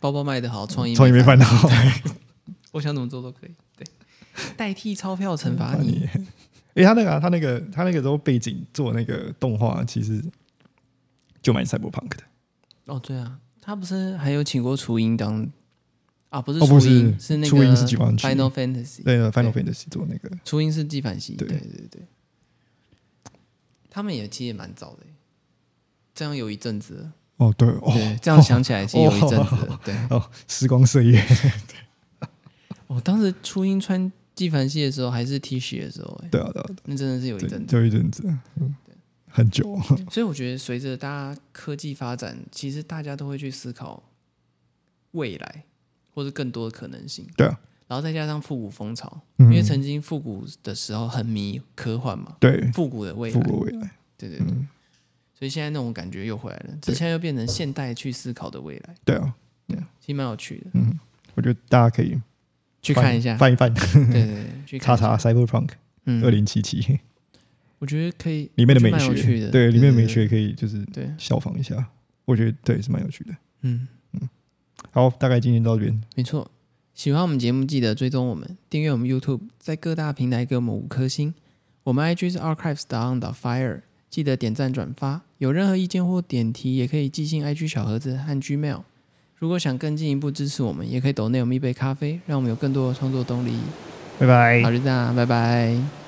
Speaker 2: 包包卖的好，创意
Speaker 1: 从来没
Speaker 2: 办
Speaker 1: 办到，
Speaker 2: (laughs) 我想怎么做都可以。对， (laughs) 嗯代替钞票惩罚
Speaker 1: 把
Speaker 2: 你。
Speaker 1: 你。 (laughs) 哎、他那个啊、他那个他那个时候背景做那个动画，其实就蛮赛博朋克的。
Speaker 2: 哦，对啊，他不是还有请过雏鹰当啊？不是
Speaker 1: 哦
Speaker 2: 雏
Speaker 1: 不是
Speaker 2: 鹰，是那个
Speaker 1: 雏鹰是举办区
Speaker 2: Final Fantasy，
Speaker 1: 对，Final Fantasy 做那个，
Speaker 2: 雏鹰是纪梵希。对
Speaker 1: 对
Speaker 2: 对对，他们也其实也蛮早的，这样有一阵子了。
Speaker 1: 哦对哦
Speaker 2: 对，这样想起来其实有一阵子了。对，
Speaker 1: 哦，时光岁月，
Speaker 2: 我哦当时初音穿纪梵希的时候还是 T 恤的时候，哎，
Speaker 1: 对啊对啊，
Speaker 2: 那真的是有一
Speaker 1: 对
Speaker 2: 阵子。
Speaker 1: 就一阵子，嗯，很久，
Speaker 2: 所以我觉得，随着大家科技发展，其实大家都会去思考未来或者更多的可能性。
Speaker 1: 对啊，嗯
Speaker 2: 然后再加上复古风潮，
Speaker 1: 因
Speaker 2: 因为曾经复古的时候很迷科幻嘛，
Speaker 1: 对
Speaker 2: 复古的未来
Speaker 1: 复，国未来，
Speaker 2: 对对对。
Speaker 1: 嗯，
Speaker 2: 所以现在那种感觉又回来了，之前又变成现代去思考的未来，
Speaker 1: 对啊，
Speaker 2: 其实蛮有趣的。
Speaker 1: 嗯，我觉得大家可以
Speaker 2: 去看一下，
Speaker 1: 翻一翻《
Speaker 2: 对对对，去看
Speaker 1: 叉
Speaker 2: 一下
Speaker 1: 叉 Cyberpunk
Speaker 2: 嗯
Speaker 1: 二，零七七》
Speaker 2: 我觉得可以，
Speaker 1: 里面的美
Speaker 2: 我觉得蛮有趣
Speaker 1: 学，
Speaker 2: 的
Speaker 1: 对，里面的美
Speaker 2: 对
Speaker 1: 学可以就是
Speaker 2: 对，
Speaker 1: 效仿一下，我觉得对是蛮有趣的。
Speaker 2: 嗯，
Speaker 1: 好，大概今天到这边，
Speaker 2: 没错。喜欢我们节目，记得追踪我们，订阅我们 YouTube，在各大平台给我们五颗星。我们 IG 是 archives on the fire，记得点赞转发。有任何意见或点题，也可以寄信 IG 小盒子和 Gmail。如果想更进一步支持我们，也可以抖内我们一杯咖啡，让我们有更多的创作动力。
Speaker 1: 拜拜
Speaker 2: 好，。就这样，拜拜。